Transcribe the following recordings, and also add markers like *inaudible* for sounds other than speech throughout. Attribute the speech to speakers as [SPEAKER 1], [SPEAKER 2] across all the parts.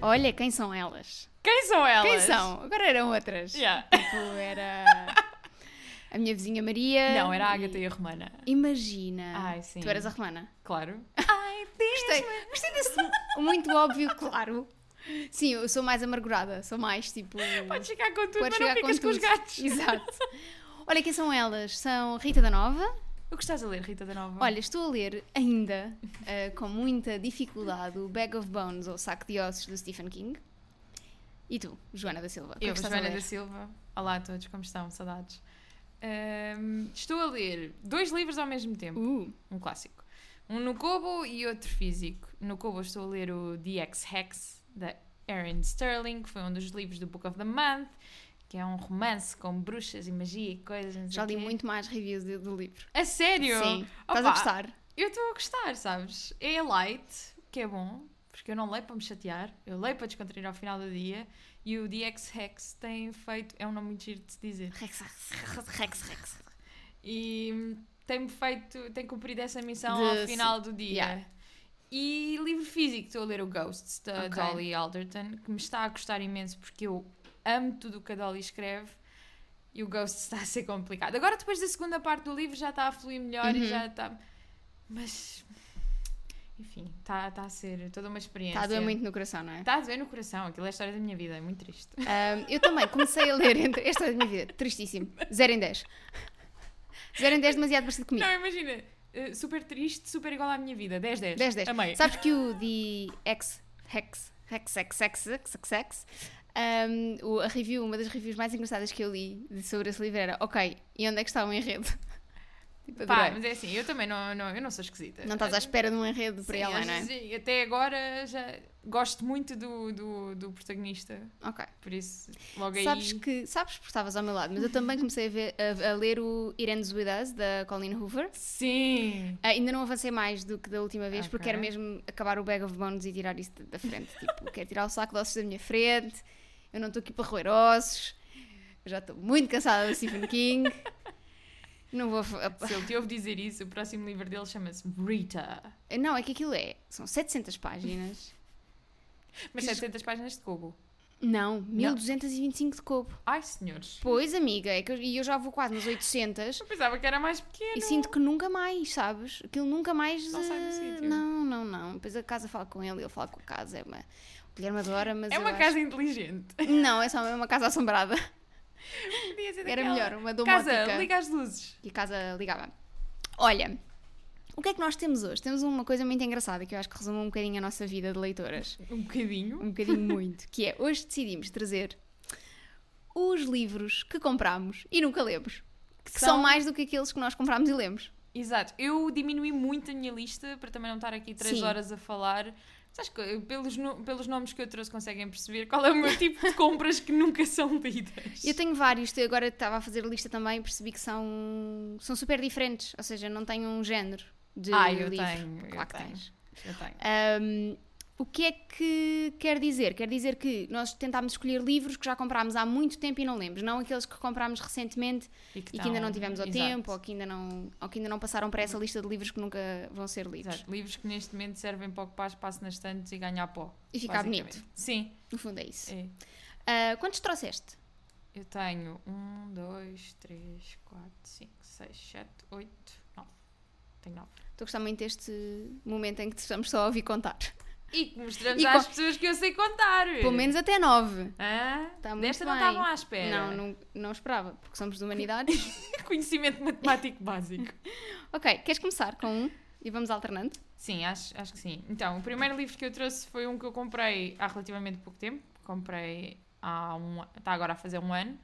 [SPEAKER 1] Olha, quem são elas?
[SPEAKER 2] Quem são elas?
[SPEAKER 1] Quem são? Agora eram outras. *laughs*
[SPEAKER 2] Yeah.
[SPEAKER 1] Tipo,
[SPEAKER 2] *laughs*
[SPEAKER 1] era a minha vizinha Maria.
[SPEAKER 2] Não, era a
[SPEAKER 1] e-
[SPEAKER 2] Agatha e a Romana.
[SPEAKER 1] Imagina.
[SPEAKER 2] Ai, sim.
[SPEAKER 1] Tu eras a Romana.
[SPEAKER 2] Claro.
[SPEAKER 1] Gostei, gostei desse muito óbvio, claro. Sim, eu sou mais amargurada, sou mais tipo.
[SPEAKER 2] Podes chegar com tudo,
[SPEAKER 1] Podes
[SPEAKER 2] mas não
[SPEAKER 1] chegar
[SPEAKER 2] ficas com, os
[SPEAKER 1] tudo. *laughs*
[SPEAKER 2] gatos.
[SPEAKER 1] Exato. Olha, quem são elas? São Rita da Nova.
[SPEAKER 2] O que estás a ler, Rita da Nova?
[SPEAKER 1] Olha, estou a ler ainda, eh, com muita dificuldade, o Bag of Bones ou Saco de Ossos do Stephen King. E tu, Joana da Silva? o que é
[SPEAKER 2] eu,
[SPEAKER 1] que estás a
[SPEAKER 2] Joana da
[SPEAKER 1] ler?
[SPEAKER 2] Silva. Olá a todos, como estão? Saudades. Ahm, estou a ler dois livros ao mesmo tempo.
[SPEAKER 1] Uh,
[SPEAKER 2] um clássico. Um no Kobo e outro físico. No Kobo estou a ler o DX Hex, da Erin Sterling, que foi um dos livros do Book of the Month, que é um romance com bruxas e magia e coisas. não sei
[SPEAKER 1] já li
[SPEAKER 2] quê.
[SPEAKER 1] muito mais reviews do, do livro.
[SPEAKER 2] A sério?
[SPEAKER 1] Sim.
[SPEAKER 2] Opa,
[SPEAKER 1] Estás a gostar?
[SPEAKER 2] Eu estou a gostar, sabes? É light, que é bom, porque eu não leio para me chatear, eu leio para descontrair ao final do dia. E o DX Hex tem feito. É um nome muito giro de se dizer.
[SPEAKER 1] Rex, Rex, Rex, Rex.
[SPEAKER 2] E tem-me feito, tem cumprido essa missão
[SPEAKER 1] De-
[SPEAKER 2] ao final do dia.
[SPEAKER 1] yeah.
[SPEAKER 2] E livro físico, estou a ler o Ghosts da
[SPEAKER 1] Ok.
[SPEAKER 2] Dolly Alderton, que me está a gostar imenso porque eu amo tudo o que a Dolly escreve e o Ghosts está a ser complicado. Agora, depois da segunda parte do livro, já está a fluir melhor
[SPEAKER 1] Uhum.
[SPEAKER 2] e já está. Mas. Enfim, está, está a ser toda uma experiência.
[SPEAKER 1] Está a doer muito no coração, não é?
[SPEAKER 2] Está a doer no coração, aquilo é a história da minha vida, é muito triste.
[SPEAKER 1] Ahm, eu também comecei a ler. Entre... Esta é a minha vida, tristíssimo. 0 em 10. 0 em 10, demasiado parecido comigo.
[SPEAKER 2] Não, imagina, eh, super triste, super igual à minha vida, 10-10.
[SPEAKER 1] 10, 10.
[SPEAKER 2] Amei.
[SPEAKER 1] Sabes que o DX Hex, Hex, Hex, Hex, Hex, Hex, Hex um, o- a review, uma das reviews mais engraçadas que eu li de- sobre esse livro era Ok, e onde é que está o enredo? *laughs* Tipo,
[SPEAKER 2] Pá,
[SPEAKER 1] adorei.
[SPEAKER 2] mas é assim, eu também não, não, eu não sou esquisita.
[SPEAKER 1] Não estás à espera de um enredo por aí
[SPEAKER 2] Sim,
[SPEAKER 1] além,
[SPEAKER 2] às
[SPEAKER 1] não é?
[SPEAKER 2] vezes, Até agora já gosto muito do, do, do protagonista,
[SPEAKER 1] Ok.
[SPEAKER 2] por isso logo
[SPEAKER 1] Sabes
[SPEAKER 2] aí.
[SPEAKER 1] que, sabes porque estavas ao meu lado, mas eu também comecei a, ver- a- a ler o It Ends With Us, da Colleen Hoover. Ah,
[SPEAKER 2] Sim!
[SPEAKER 1] Ainda não avancei mais do que da última vez, porque
[SPEAKER 2] Ok.
[SPEAKER 1] quero mesmo acabar o bag of bones e tirar isso da frente. Tipo, *laughs* quero tirar o saco de ossos da minha frente, eu não estou aqui para roer ossos, eu já estou muito cansada do Stephen King. Não vou. fa- ah,
[SPEAKER 2] Se ele te ouve dizer isso, o próximo livro dele chama-se Rita.
[SPEAKER 1] Não, é que aquilo é. São 700 páginas.
[SPEAKER 2] Mas 700 páginas de Kobo.
[SPEAKER 1] Não, 1225 de copo.
[SPEAKER 2] Ai, senhores.
[SPEAKER 1] Pois, amiga, é que eu- e eu já vou quase nos 800
[SPEAKER 2] Eu pensava que era mais pequeno.
[SPEAKER 1] e sinto que nunca mais, sabes? Aquilo nunca mais.
[SPEAKER 2] Não sai do
[SPEAKER 1] eh,
[SPEAKER 2] sítio.
[SPEAKER 1] Não, não, não. Depois a casa fala com ele, ele fala com a casa. É uma. O Guilherme adora, mas.
[SPEAKER 2] É
[SPEAKER 1] eu
[SPEAKER 2] uma
[SPEAKER 1] acho-
[SPEAKER 2] casa inteligente. *laughs*
[SPEAKER 1] Não, é só uma casa assombrada.
[SPEAKER 2] Podia ser
[SPEAKER 1] Era
[SPEAKER 2] daquela.
[SPEAKER 1] melhor, uma domótica.
[SPEAKER 2] Casa, liga as luzes.
[SPEAKER 1] E a casa ligava. Olha, o que é que nós temos hoje? Temos uma coisa muito engraçada que eu acho que resume um bocadinho a nossa vida de leitoras.
[SPEAKER 2] Um bocadinho.
[SPEAKER 1] Um
[SPEAKER 2] *laughs*
[SPEAKER 1] bocadinho muito. Que é, hoje decidimos trazer os livros que comprámos e nunca lemos. Que são,
[SPEAKER 2] São-
[SPEAKER 1] mais do que aqueles que nós comprámos e lemos.
[SPEAKER 2] Exato. Eu diminui muito a minha lista para também não estar aqui três
[SPEAKER 1] Sim.
[SPEAKER 2] horas a falar. Sabes que eh, pelos, no- pelos nomes que eu trouxe conseguem perceber qual é o meu tipo de compras que nunca são lidas.
[SPEAKER 1] Eu tenho vários, eu agora estava a fazer a lista também e percebi que são, são super diferentes. Ou seja, não têm um género de
[SPEAKER 2] Ah, eu
[SPEAKER 1] livro.
[SPEAKER 2] tenho, eu
[SPEAKER 1] Claro que
[SPEAKER 2] tenho.
[SPEAKER 1] tens.
[SPEAKER 2] Eu tenho.
[SPEAKER 1] Um, o que é que quer dizer? Quer dizer que nós tentámos escolher livros que já comprámos há muito tempo e não lemos, não aqueles que comprámos recentemente e que ainda
[SPEAKER 2] estão-
[SPEAKER 1] não tivemos ao
[SPEAKER 2] Então, Exato. Uhum.
[SPEAKER 1] tempo ou que, ainda não, ou que ainda não passaram para essa lista de livros que nunca vão ser lidos.
[SPEAKER 2] Exato. Livros que neste momento servem para ocupar espaço nas estantes e ganhar pó.
[SPEAKER 1] E ficar
[SPEAKER 2] basicamente.
[SPEAKER 1] bonito.
[SPEAKER 2] Sim.
[SPEAKER 1] No fundo é isso.
[SPEAKER 2] é.
[SPEAKER 1] Ah, quantos trouxeste?
[SPEAKER 2] Eu tenho um, dois, três, quatro, cinco, seis, sete, oito, nove. Tenho nove.
[SPEAKER 1] Estou a gostar muito deste momento em que te estamos só a ouvir contar.
[SPEAKER 2] E que mostramos
[SPEAKER 1] E
[SPEAKER 2] às
[SPEAKER 1] co-
[SPEAKER 2] pessoas que eu sei contar.
[SPEAKER 1] Pelo menos até nove.
[SPEAKER 2] Hã?
[SPEAKER 1] Tá muito
[SPEAKER 2] Desta não
[SPEAKER 1] bem.
[SPEAKER 2] estavam à espera.
[SPEAKER 1] Não, não, não esperava, porque somos de *laughs* humanidades.
[SPEAKER 2] *laughs* Conhecimento matemático básico.
[SPEAKER 1] ok, queres começar com um e vamos alternando?
[SPEAKER 2] Sim, acho, acho que sim. Então, o primeiro livro que eu trouxe foi um que eu comprei há relativamente pouco tempo. Comprei há um Está agora a fazer um ano.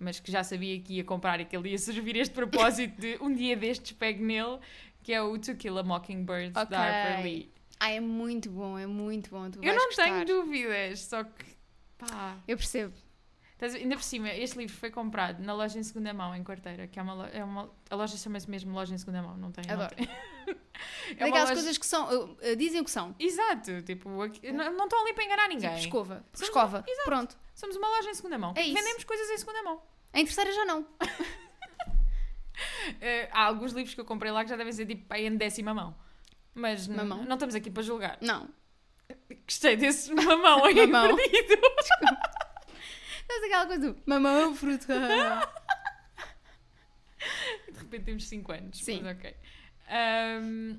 [SPEAKER 2] Mas que já sabia que ia comprar e que ele ia servir este propósito de um dia destes pegue nele. Que é o To Kill a Mockingbird
[SPEAKER 1] Ok.
[SPEAKER 2] da Harper Lee.
[SPEAKER 1] Ah, é muito bom, é muito bom. Tu
[SPEAKER 2] Eu
[SPEAKER 1] vais
[SPEAKER 2] não
[SPEAKER 1] gostar. Tá.
[SPEAKER 2] tenho dúvidas, só que... Pá,
[SPEAKER 1] Eu percebo.
[SPEAKER 2] Estás a ver? ainda por cima, este livro foi comprado na loja em segunda mão, em quarteira, que é uma, lo- é uma a loja chama-se mesmo loja em segunda mão, não tem. não
[SPEAKER 1] Adoro.
[SPEAKER 2] tem. é uma
[SPEAKER 1] Daquelas
[SPEAKER 2] loja...
[SPEAKER 1] coisas que são. uh, uh, dizem o que são.
[SPEAKER 2] Exato, tipo, aqui- não não estão ali para enganar ninguém.
[SPEAKER 1] É. Tipo escova.
[SPEAKER 2] Somos-
[SPEAKER 1] Escova. Pronto.
[SPEAKER 2] Somos uma loja em segunda mão.
[SPEAKER 1] É isso.
[SPEAKER 2] Vendemos coisas em segunda mão.
[SPEAKER 1] Em terceira já não.
[SPEAKER 2] Eh, há alguns livros que eu comprei lá que já devem ser tipo aí em décima mão. Mas n-
[SPEAKER 1] Mamão.
[SPEAKER 2] não estamos aqui para julgar.
[SPEAKER 1] Não.
[SPEAKER 2] Gostei desse *laughs* mamão aí
[SPEAKER 1] Mamão.
[SPEAKER 2] perdido.
[SPEAKER 1] Faz aquela coisa do mamão, fruta. *laughs*
[SPEAKER 2] De repente temos 5 anos.
[SPEAKER 1] Sim.
[SPEAKER 2] Mas ok. Ahm,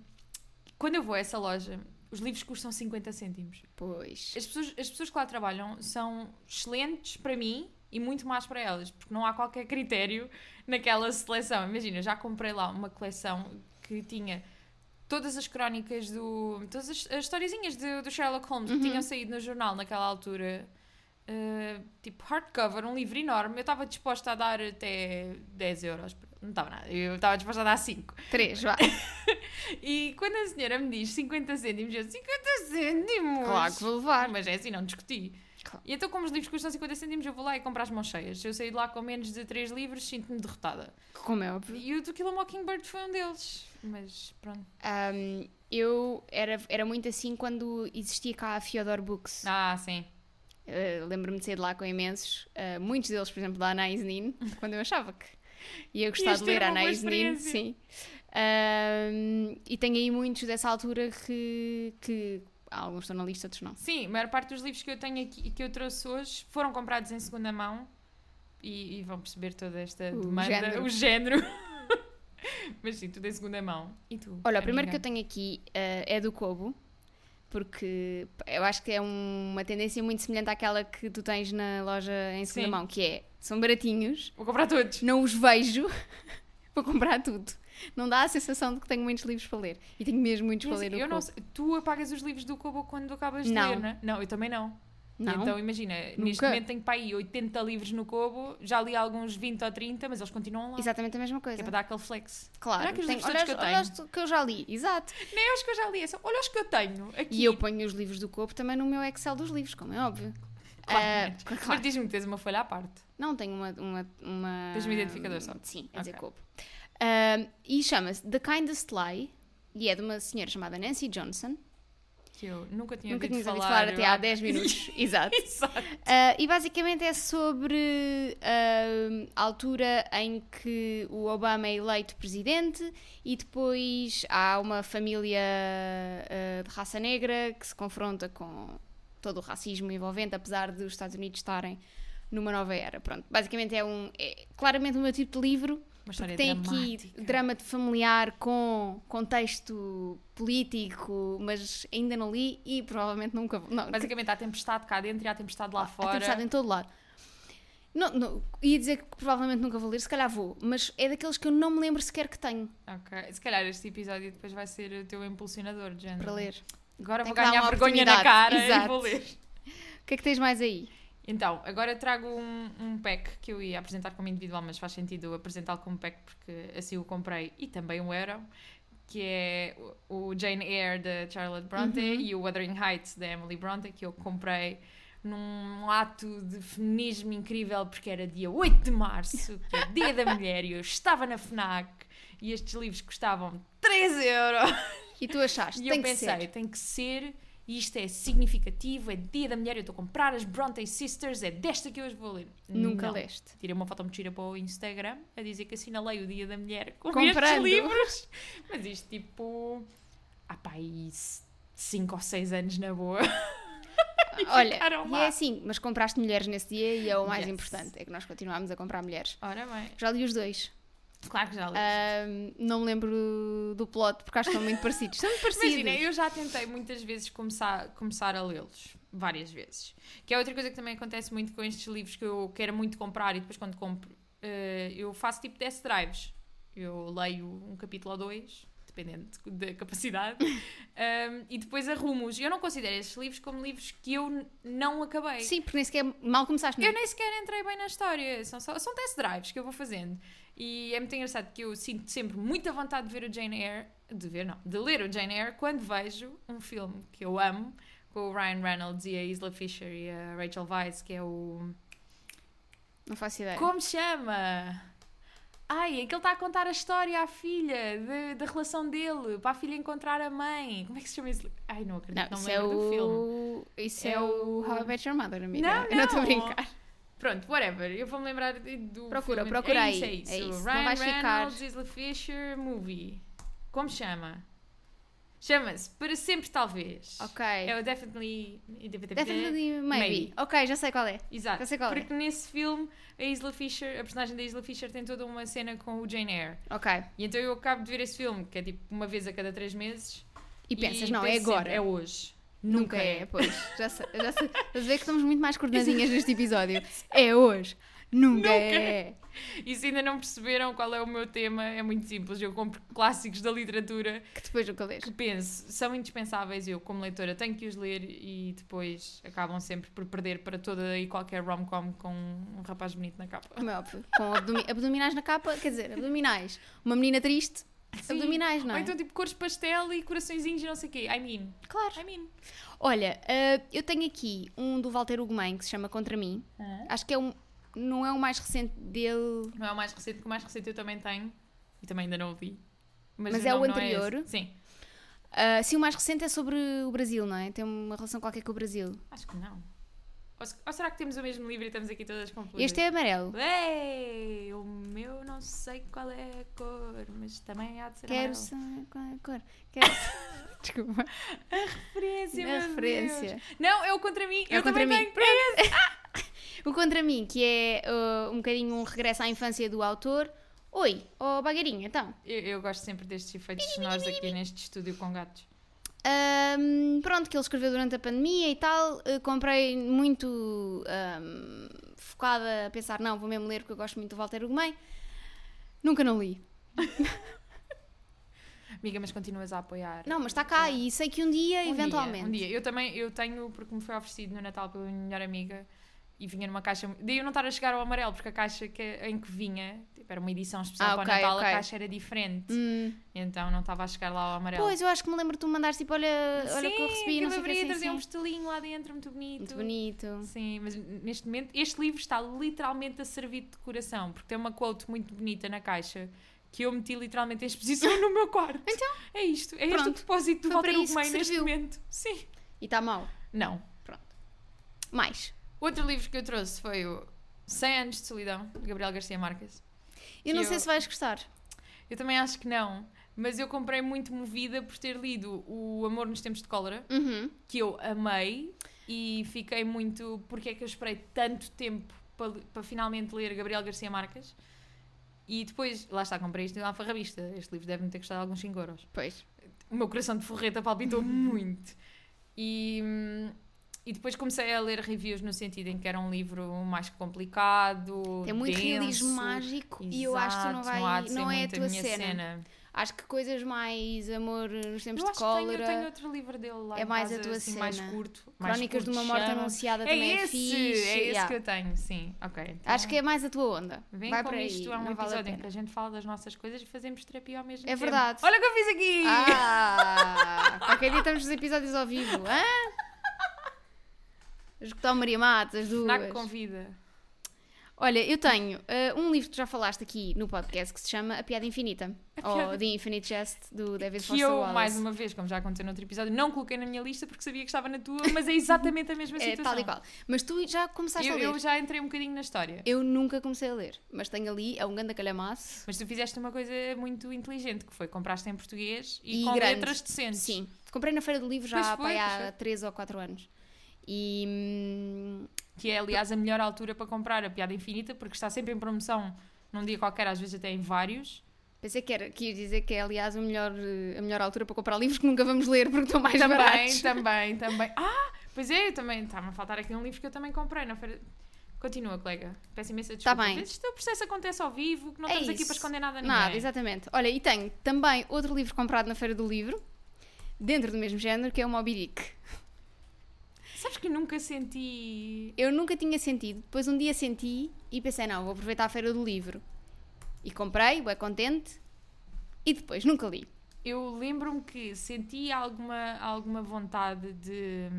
[SPEAKER 2] quando eu vou a essa loja, os livros custam 50 cêntimos.
[SPEAKER 1] Pois.
[SPEAKER 2] As pessoas, as pessoas que lá trabalham são excelentes para mim e muito mais para elas, porque não há qualquer critério naquela seleção. Imagina, eu já comprei lá uma coleção que tinha todas as crónicas do. todas as, as historiezinhas do, do Sherlock Holmes
[SPEAKER 1] Uhum.
[SPEAKER 2] que tinham saído no jornal naquela altura. Uh, tipo hardcover, um livro enorme. Eu estava disposta a dar até 10 euros. Não estava nada, eu estava disposta a dar 5.
[SPEAKER 1] Três, vá.
[SPEAKER 2] E quando a senhora me diz 50 cêntimos, eu 50 cêntimos!
[SPEAKER 1] Claro que vou levar.
[SPEAKER 2] Mas é assim, não discuti.
[SPEAKER 1] Claro.
[SPEAKER 2] E então, como os livros custam 50 cêntimos, eu vou lá e compro as mãos cheias. Se eu sair de lá com menos de 3 livros, sinto-me derrotada.
[SPEAKER 1] Como é óbvio.
[SPEAKER 2] E o do Kill a Mockingbird foi um deles. Mas pronto.
[SPEAKER 1] Ahm, eu era, era muito assim quando existia cá a Fiodor Books.
[SPEAKER 2] Ah, sim.
[SPEAKER 1] Uh, Lembro-me de sair de lá com imensos. uh, muitos deles, por exemplo, da Anais
[SPEAKER 2] *laughs*
[SPEAKER 1] Nin, quando eu achava que ia gostar
[SPEAKER 2] Ias
[SPEAKER 1] de
[SPEAKER 2] ter
[SPEAKER 1] ler
[SPEAKER 2] uma
[SPEAKER 1] a
[SPEAKER 2] boa
[SPEAKER 1] Anais Nin.
[SPEAKER 2] experiência.
[SPEAKER 1] Sim. Um, e tenho aí muitos dessa altura que, que alguns estão na lista, outros não.
[SPEAKER 2] Sim, a maior parte dos livros que eu tenho aqui e que eu trouxe hoje foram comprados em segunda mão. E, e vão perceber toda esta
[SPEAKER 1] O
[SPEAKER 2] demanda,
[SPEAKER 1] género.
[SPEAKER 2] o género. *laughs* mas sim, tudo em segunda mão. E tu?
[SPEAKER 1] Olha, o primeiro que eu
[SPEAKER 2] amiga?
[SPEAKER 1] tenho aqui uh, é do Kobo, porque eu acho que é um- uma tendência muito semelhante àquela que tu tens na loja em segunda
[SPEAKER 2] Sim.
[SPEAKER 1] mão, que é, são baratinhos,
[SPEAKER 2] Vou comprar todos.
[SPEAKER 1] não os vejo, *laughs* vou comprar tudo. Não dá a sensação de que tenho muitos livros para ler. E tenho mesmo muitos
[SPEAKER 2] Mas
[SPEAKER 1] para ler
[SPEAKER 2] eu
[SPEAKER 1] no
[SPEAKER 2] não
[SPEAKER 1] Kobo.
[SPEAKER 2] sei- tu apagas os livros do Kobo quando acabas de
[SPEAKER 1] Não.
[SPEAKER 2] ler, né? Não, eu também não.
[SPEAKER 1] Não?
[SPEAKER 2] Então imagina, neste
[SPEAKER 1] Nunca.
[SPEAKER 2] momento tenho para aí 80 livros no Kobo, já li alguns 20 ou 30, mas eles continuam lá.
[SPEAKER 1] Exatamente a mesma
[SPEAKER 2] Que
[SPEAKER 1] coisa.
[SPEAKER 2] é para dar aquele flex.
[SPEAKER 1] Claro,
[SPEAKER 2] Olha aqui os
[SPEAKER 1] tenho-
[SPEAKER 2] livros
[SPEAKER 1] olha,
[SPEAKER 2] todos que eu
[SPEAKER 1] os- olha os que eu já li,
[SPEAKER 2] *laughs*
[SPEAKER 1] exato.
[SPEAKER 2] Nem acho que eu já li essa. Olha os que eu tenho aqui.
[SPEAKER 1] E eu ponho os livros do Kobo também no meu Excel dos livros, como é óbvio.
[SPEAKER 2] Claro,
[SPEAKER 1] Ah, *laughs* claro.
[SPEAKER 2] Mas diz-me que tens uma folha à parte.
[SPEAKER 1] Não, tenho uma. uma, uma
[SPEAKER 2] Tens um identificador só.
[SPEAKER 1] Sim, é
[SPEAKER 2] Ok.
[SPEAKER 1] dizer Kobo. Ah, e chama-se The Kindest Lie e é de uma senhora chamada Nancy Johnson.
[SPEAKER 2] Que eu nunca tinha
[SPEAKER 1] Nunca
[SPEAKER 2] ouvido
[SPEAKER 1] tínhamos ouvido
[SPEAKER 2] falar.
[SPEAKER 1] falar até há 10 minutos.
[SPEAKER 2] *laughs*
[SPEAKER 1] Exato.
[SPEAKER 2] Exato.
[SPEAKER 1] Ah, e basicamente é sobre ah, a altura em que o Obama é eleito presidente e depois há uma família ah, de raça negra que se confronta com todo o racismo envolvente, apesar dos Estados Unidos estarem numa nova era. Pronto, basicamente é um é claramente o meu tipo de livro.
[SPEAKER 2] Uma
[SPEAKER 1] Porque
[SPEAKER 2] história
[SPEAKER 1] tem
[SPEAKER 2] É dramática.
[SPEAKER 1] aqui drama de familiar com contexto político, mas ainda não li e provavelmente nunca vou. Não,
[SPEAKER 2] Basicamente há tempestade cá dentro e há tempestade lá
[SPEAKER 1] Há
[SPEAKER 2] fora.
[SPEAKER 1] tempestade em todo lado. Não, não, ia dizer que provavelmente nunca vou ler, se calhar vou, mas é daqueles que eu não me lembro sequer que tenho
[SPEAKER 2] Ok. Se calhar este episódio depois vai ser o teu impulsionador, de género.
[SPEAKER 1] para ler.
[SPEAKER 2] Agora
[SPEAKER 1] Tem
[SPEAKER 2] vou
[SPEAKER 1] que dar
[SPEAKER 2] ganhar
[SPEAKER 1] uma
[SPEAKER 2] vergonha na
[SPEAKER 1] oportunidade.
[SPEAKER 2] cara e
[SPEAKER 1] Exato.
[SPEAKER 2] vou ler.
[SPEAKER 1] O que é que tens mais aí?
[SPEAKER 2] Então, agora eu trago um, um pack que eu ia apresentar como individual, mas faz sentido apresentá-lo como pack porque assim o comprei e também o eram, que é o o Jane Eyre da Charlotte Bronte e o Wuthering Heights da Emily Bronte, que eu comprei num ato de feminismo incrível porque era dia 8 de março, que é dia da mulher, e eu estava na FNAC e estes livros custavam 3 euros.
[SPEAKER 1] E tu achaste?
[SPEAKER 2] *laughs* E
[SPEAKER 1] tem
[SPEAKER 2] eu
[SPEAKER 1] que
[SPEAKER 2] pensei,
[SPEAKER 1] ser.
[SPEAKER 2] tem que ser, e isto é significativo, é dia da mulher, eu estou a comprar as Bronte Sisters, é desta que eu hoje vou ler.
[SPEAKER 1] Nunca
[SPEAKER 2] Não. *laughs*
[SPEAKER 1] leste.
[SPEAKER 2] Tirei uma foto mentira para o Instagram a dizer que assinalei o dia da mulher com estes
[SPEAKER 1] Comprando.
[SPEAKER 2] livros. *laughs* Mas isto tipo. Há pá, aí 5 ou 6 anos na boa.
[SPEAKER 1] Olha,
[SPEAKER 2] ficaram
[SPEAKER 1] e
[SPEAKER 2] lá.
[SPEAKER 1] é assim, mas compraste mulheres nesse dia e é o mais
[SPEAKER 2] Yes.
[SPEAKER 1] importante, é que nós continuámos a comprar mulheres.
[SPEAKER 2] Ora bem.
[SPEAKER 1] Já li os dois.
[SPEAKER 2] Claro que já
[SPEAKER 1] Ah,
[SPEAKER 2] li.
[SPEAKER 1] Ahm, não me lembro do plot porque acho que são muito parecidos. São muito parecidos.
[SPEAKER 2] *laughs* Imagina, eu já tentei muitas vezes começar, começar a lê-los. Várias vezes. Que é outra coisa que também acontece muito com estes livros que eu quero muito comprar e depois quando compro, eh, eu faço tipo test drives. Eu leio um capítulo ou dois, dependendo de- da capacidade, ehm, e depois arrumo-os. Eu não considero estes livros como livros que eu n- não acabei.
[SPEAKER 1] Sim, porque nem sequer mal começaste. não é?
[SPEAKER 2] Eu nem sequer entrei bem na história, são, só, são test drives que eu vou fazendo. E é muito engraçado que eu sinto sempre muita vontade de ver o Jane Eyre, de ver não, de ler o Jane Eyre quando vejo um filme que eu amo, com o Ryan Reynolds e a Isla Fisher e a Rachel Weisz, que é o...
[SPEAKER 1] Não faço ideia.
[SPEAKER 2] Como se chama? Ai, em que ele está a contar a história à filha, de- da relação dele, para a filha encontrar a mãe. Como é que se chama esse livro? Ai, não acredito,
[SPEAKER 1] Não,
[SPEAKER 2] não,
[SPEAKER 1] isso
[SPEAKER 2] me
[SPEAKER 1] é
[SPEAKER 2] lembro do filme.
[SPEAKER 1] o. Isso é,
[SPEAKER 2] É
[SPEAKER 1] o
[SPEAKER 2] o-
[SPEAKER 1] How I Met Your Mother, amiga.
[SPEAKER 2] Não,
[SPEAKER 1] *laughs* Eu não estou a
[SPEAKER 2] não.
[SPEAKER 1] brincar.
[SPEAKER 2] Pronto, whatever. Eu vou-me lembrar de- do.
[SPEAKER 1] Procura,
[SPEAKER 2] filme.
[SPEAKER 1] procura
[SPEAKER 2] é
[SPEAKER 1] aí,
[SPEAKER 2] Isso, é isso.
[SPEAKER 1] é isso. Não
[SPEAKER 2] Ryan
[SPEAKER 1] vais ficar-
[SPEAKER 2] Reynolds, Isla Fisher, movie. Como se chama? Chama-se Para Sempre Talvez.
[SPEAKER 1] Ok.
[SPEAKER 2] É o Definitely...
[SPEAKER 1] Definitely maybe.
[SPEAKER 2] Maybe.
[SPEAKER 1] Ok, já sei qual é.
[SPEAKER 2] Exato.
[SPEAKER 1] Já sei qual é.
[SPEAKER 2] Porque nesse filme, a Isla Fisher, a personagem da Isla Fisher tem toda uma cena com o Jane Eyre.
[SPEAKER 1] Ok.
[SPEAKER 2] E então eu acabo de ver esse filme, que é tipo uma vez a cada três meses.
[SPEAKER 1] E pensas, não, é
[SPEAKER 2] penso sempre,
[SPEAKER 1] agora.
[SPEAKER 2] é hoje.
[SPEAKER 1] Nunca é, pois. Já sei. Já
[SPEAKER 2] *laughs*
[SPEAKER 1] sei. Estás a ver que estamos muito mais coordenadinhas neste episódio. É hoje. Nunca,
[SPEAKER 2] Nunca.
[SPEAKER 1] é.
[SPEAKER 2] E se ainda não perceberam qual é o meu tema, é muito simples. Eu compro clássicos da literatura
[SPEAKER 1] Que depois nunca lês.
[SPEAKER 2] que penso, são indispensáveis. Eu, como leitora, tenho que os ler e depois acabam sempre por perder para toda e qualquer rom-com com um rapaz bonito na capa.
[SPEAKER 1] Como é óbvio. Com abdomi- abdominais na capa, quer dizer, abdominais. Uma menina triste,
[SPEAKER 2] Sim.
[SPEAKER 1] abdominais, não
[SPEAKER 2] Ou
[SPEAKER 1] é?
[SPEAKER 2] então tipo cores pastel e coraçõezinhos e não sei o quê. I mean.
[SPEAKER 1] Claro.
[SPEAKER 2] I mean.
[SPEAKER 1] Olha, ah, eu tenho aqui um do Walter Ugman que se chama Contra Mim. Acho que é um. Não é o mais recente dele.
[SPEAKER 2] Não é o mais recente, porque o mais recente eu também tenho e também ainda não o vi.
[SPEAKER 1] Mas é o
[SPEAKER 2] nome
[SPEAKER 1] anterior?
[SPEAKER 2] esse. Sim.
[SPEAKER 1] Ah, sim, o mais recente é sobre o Brasil, não é? Tem uma relação qualquer com o Brasil.
[SPEAKER 2] Acho que não. Ou, se- ou será que temos o mesmo livro e estamos aqui todas confusas?
[SPEAKER 1] Este é amarelo.
[SPEAKER 2] Ei, o meu não sei qual é a cor, mas também há de ser
[SPEAKER 1] Quero
[SPEAKER 2] amarelo.
[SPEAKER 1] saber qual é a cor. Quero. Desculpa.
[SPEAKER 2] referência,
[SPEAKER 1] Na
[SPEAKER 2] meu
[SPEAKER 1] referência.
[SPEAKER 2] Deus. Não, é o contra mim.
[SPEAKER 1] É o
[SPEAKER 2] eu também
[SPEAKER 1] Contra Mim.
[SPEAKER 2] tenho. Pronto.
[SPEAKER 1] O Contra Mim, que é ah, um bocadinho um regresso à infância do autor. Oi, ó Bagarinho, então.
[SPEAKER 2] Eu, eu gosto sempre destes efeitos sonoros aqui neste estúdio com gatos.
[SPEAKER 1] Ahm, pronto, que ele escreveu durante a pandemia e tal. eh, comprei muito ahm, focada a pensar, não, vou mesmo ler porque eu gosto muito do Walter Ugumem. Nunca não li.
[SPEAKER 2] Amiga, mas continuas a apoiar.
[SPEAKER 1] Não, mas está cá e sei que um dia,
[SPEAKER 2] Um dia,
[SPEAKER 1] eventualmente.
[SPEAKER 2] um dia. Eu também, eu tenho, porque me foi oferecido no Natal pela minha melhor amiga e vinha numa caixa. Daí eu não estar a chegar ao amarelo, porque a caixa que, em que vinha, tipo, era uma edição especial
[SPEAKER 1] Ah, ok,
[SPEAKER 2] para o Natal,
[SPEAKER 1] ok.
[SPEAKER 2] a caixa era diferente.
[SPEAKER 1] Hum,
[SPEAKER 2] Então não estava a chegar lá ao amarelo.
[SPEAKER 1] pois, eu acho que me lembro de tu me mandares tipo, olha, olha o que eu recebi,
[SPEAKER 2] aquilo
[SPEAKER 1] não sei o que
[SPEAKER 2] abria e
[SPEAKER 1] assim,
[SPEAKER 2] trazia um
[SPEAKER 1] sim.
[SPEAKER 2] postelinho lá dentro, muito bonito.
[SPEAKER 1] Muito bonito.
[SPEAKER 2] Sim, mas neste momento, este livro está literalmente a servir de decoração, porque tem uma quote muito bonita na caixa que eu meti literalmente em exposição no meu quarto. Então, é isto, é este o
[SPEAKER 1] pronto.
[SPEAKER 2] propósito do
[SPEAKER 1] Foi para
[SPEAKER 2] Walter
[SPEAKER 1] isso que
[SPEAKER 2] Ugumem neste
[SPEAKER 1] serviu.
[SPEAKER 2] momento. Sim.
[SPEAKER 1] E está mal.
[SPEAKER 2] Não.
[SPEAKER 1] Mais.
[SPEAKER 2] Outro livro que eu trouxe foi o 100 anos de solidão, de Gabriel Garcia Marques.
[SPEAKER 1] Eu não
[SPEAKER 2] Eu-
[SPEAKER 1] sei se vais gostar.
[SPEAKER 2] Eu também acho que não, mas eu comprei muito movida por ter lido O Amor nos Tempos de Cólera,
[SPEAKER 1] Uhum.
[SPEAKER 2] que eu amei e fiquei muito porque é que eu esperei tanto tempo para, le- para finalmente ler Gabriel Garcia Marques. E depois, lá está, comprei isto na Alfarrabista. Este livro deve-me ter custado alguns 5 euros.
[SPEAKER 1] Pois.
[SPEAKER 2] o meu coração de
[SPEAKER 1] *laughs*
[SPEAKER 2] forreta palpitou muito. E, hum, e depois comecei a ler reviews no sentido em que era um livro mais complicado.
[SPEAKER 1] Tem muito
[SPEAKER 2] denso.
[SPEAKER 1] realismo mágico e eu acho que tu não
[SPEAKER 2] Exato,
[SPEAKER 1] vai.
[SPEAKER 2] há de ser
[SPEAKER 1] Não, é a
[SPEAKER 2] muito
[SPEAKER 1] tua
[SPEAKER 2] minha
[SPEAKER 1] cena. Acho que coisas mais amor nos tempos
[SPEAKER 2] Eu
[SPEAKER 1] de
[SPEAKER 2] acho que tenho,
[SPEAKER 1] cólera.
[SPEAKER 2] eu tenho outro livro dele lá.
[SPEAKER 1] É
[SPEAKER 2] em
[SPEAKER 1] mais a
[SPEAKER 2] casa,
[SPEAKER 1] tua
[SPEAKER 2] assim, mais
[SPEAKER 1] cena.
[SPEAKER 2] curto. mais
[SPEAKER 1] Crónicas de
[SPEAKER 2] curto,
[SPEAKER 1] uma morte
[SPEAKER 2] chama.
[SPEAKER 1] anunciada
[SPEAKER 2] É
[SPEAKER 1] também é
[SPEAKER 2] esse,
[SPEAKER 1] fixe.
[SPEAKER 2] é esse
[SPEAKER 1] yeah.
[SPEAKER 2] que eu tenho, sim. Ok. então
[SPEAKER 1] Acho que é mais a tua onda.
[SPEAKER 2] Vem
[SPEAKER 1] Vai
[SPEAKER 2] com
[SPEAKER 1] para
[SPEAKER 2] isto,
[SPEAKER 1] aí,
[SPEAKER 2] há um
[SPEAKER 1] não vale
[SPEAKER 2] episódio
[SPEAKER 1] a
[SPEAKER 2] em que *laughs*
[SPEAKER 1] pena.
[SPEAKER 2] a gente fala das nossas coisas e fazemos terapia ao mesmo
[SPEAKER 1] É
[SPEAKER 2] tempo.
[SPEAKER 1] verdade.
[SPEAKER 2] Olha o que eu fiz aqui!
[SPEAKER 1] Ah, qualquer dia estamos nos episódios ao vivo, hã? Escutar o Maria Matas,
[SPEAKER 2] Fnac
[SPEAKER 1] duas.
[SPEAKER 2] convida.
[SPEAKER 1] Olha, eu tenho uh, um livro que já falaste aqui no podcast que se chama A Piada Infinita, ou The Infinite Jest, do David
[SPEAKER 2] que
[SPEAKER 1] Foster
[SPEAKER 2] eu,
[SPEAKER 1] Wallace.
[SPEAKER 2] mais uma vez, como já aconteceu no outro episódio, não coloquei na minha lista porque sabia que estava na tua, mas é exatamente a
[SPEAKER 1] *laughs*
[SPEAKER 2] mesma
[SPEAKER 1] É
[SPEAKER 2] situação.
[SPEAKER 1] tal e qual. Mas tu já começaste
[SPEAKER 2] Eu,
[SPEAKER 1] a ler.
[SPEAKER 2] eu já entrei um bocadinho na história.
[SPEAKER 1] Eu nunca comecei a ler, mas tenho ali, é um grande calhamaço.
[SPEAKER 2] Mas tu fizeste uma coisa muito inteligente, que foi compraste em português e,
[SPEAKER 1] E
[SPEAKER 2] com
[SPEAKER 1] grande.
[SPEAKER 2] letras decentes.
[SPEAKER 1] Sim, comprei na Feira do Livro já
[SPEAKER 2] Pois foi,
[SPEAKER 1] pai,
[SPEAKER 2] pois
[SPEAKER 1] há
[SPEAKER 2] foi.
[SPEAKER 1] 3 ou 4 anos. E hum,
[SPEAKER 2] Que é, aliás, a melhor altura para comprar a Piada Infinita, porque está sempre em promoção num dia qualquer, às vezes até em vários.
[SPEAKER 1] pensei que, era, que ia dizer que é, aliás, o melhor, eh, a melhor altura para comprar livros que nunca vamos ler porque estão mais
[SPEAKER 2] também,
[SPEAKER 1] baratos.
[SPEAKER 2] também, também. Ah, pois é, eu também. Está-me a faltar aqui um livro que eu também comprei na feira. Continua, colega. Peço imensa desculpa.
[SPEAKER 1] Tá bem.
[SPEAKER 2] Às vezes o processo acontece ao vivo, que não
[SPEAKER 1] É
[SPEAKER 2] estamos aqui
[SPEAKER 1] isso.
[SPEAKER 2] para esconder nada a ninguém.
[SPEAKER 1] Nada, exatamente. Olha, e tenho também outro livro comprado na Feira do Livro, dentro do mesmo género, que é o Moby Dick.
[SPEAKER 2] Sabes que eu nunca senti.
[SPEAKER 1] Eu nunca tinha sentido, depois um dia senti e pensei, não, vou aproveitar a Feira do Livro. E comprei, bem contente, e depois nunca li.
[SPEAKER 2] Eu lembro-me que senti alguma, alguma vontade de,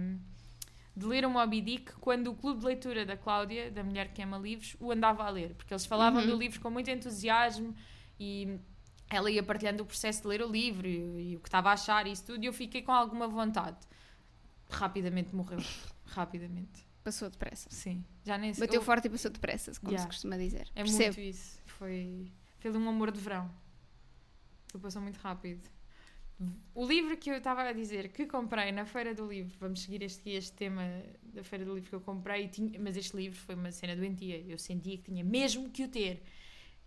[SPEAKER 2] de ler o Moby Dick quando o clube de leitura da Cláudia, da mulher que ama livros, o andava a ler, porque eles falavam do livro com muito entusiasmo e ela ia partilhando o processo de ler o livro e, e o que estava a achar e isso tudo, e eu fiquei com alguma vontade. Rapidamente morreu. Rapidamente.
[SPEAKER 1] Passou depressa.
[SPEAKER 2] Sim. Já nem sei.
[SPEAKER 1] Bateu
[SPEAKER 2] eu-
[SPEAKER 1] forte e passou depressa, como
[SPEAKER 2] Yeah.
[SPEAKER 1] se costuma dizer.
[SPEAKER 2] É
[SPEAKER 1] Percebo.
[SPEAKER 2] muito isso. Foi, foi um amor de verão. Ele passou muito rápido. O livro que eu estava a dizer que comprei na Feira do Livro, vamos seguir este, este tema da Feira do Livro que eu comprei, e tinha- mas este livro foi uma cena doentia, eu sentia que tinha mesmo que o ter,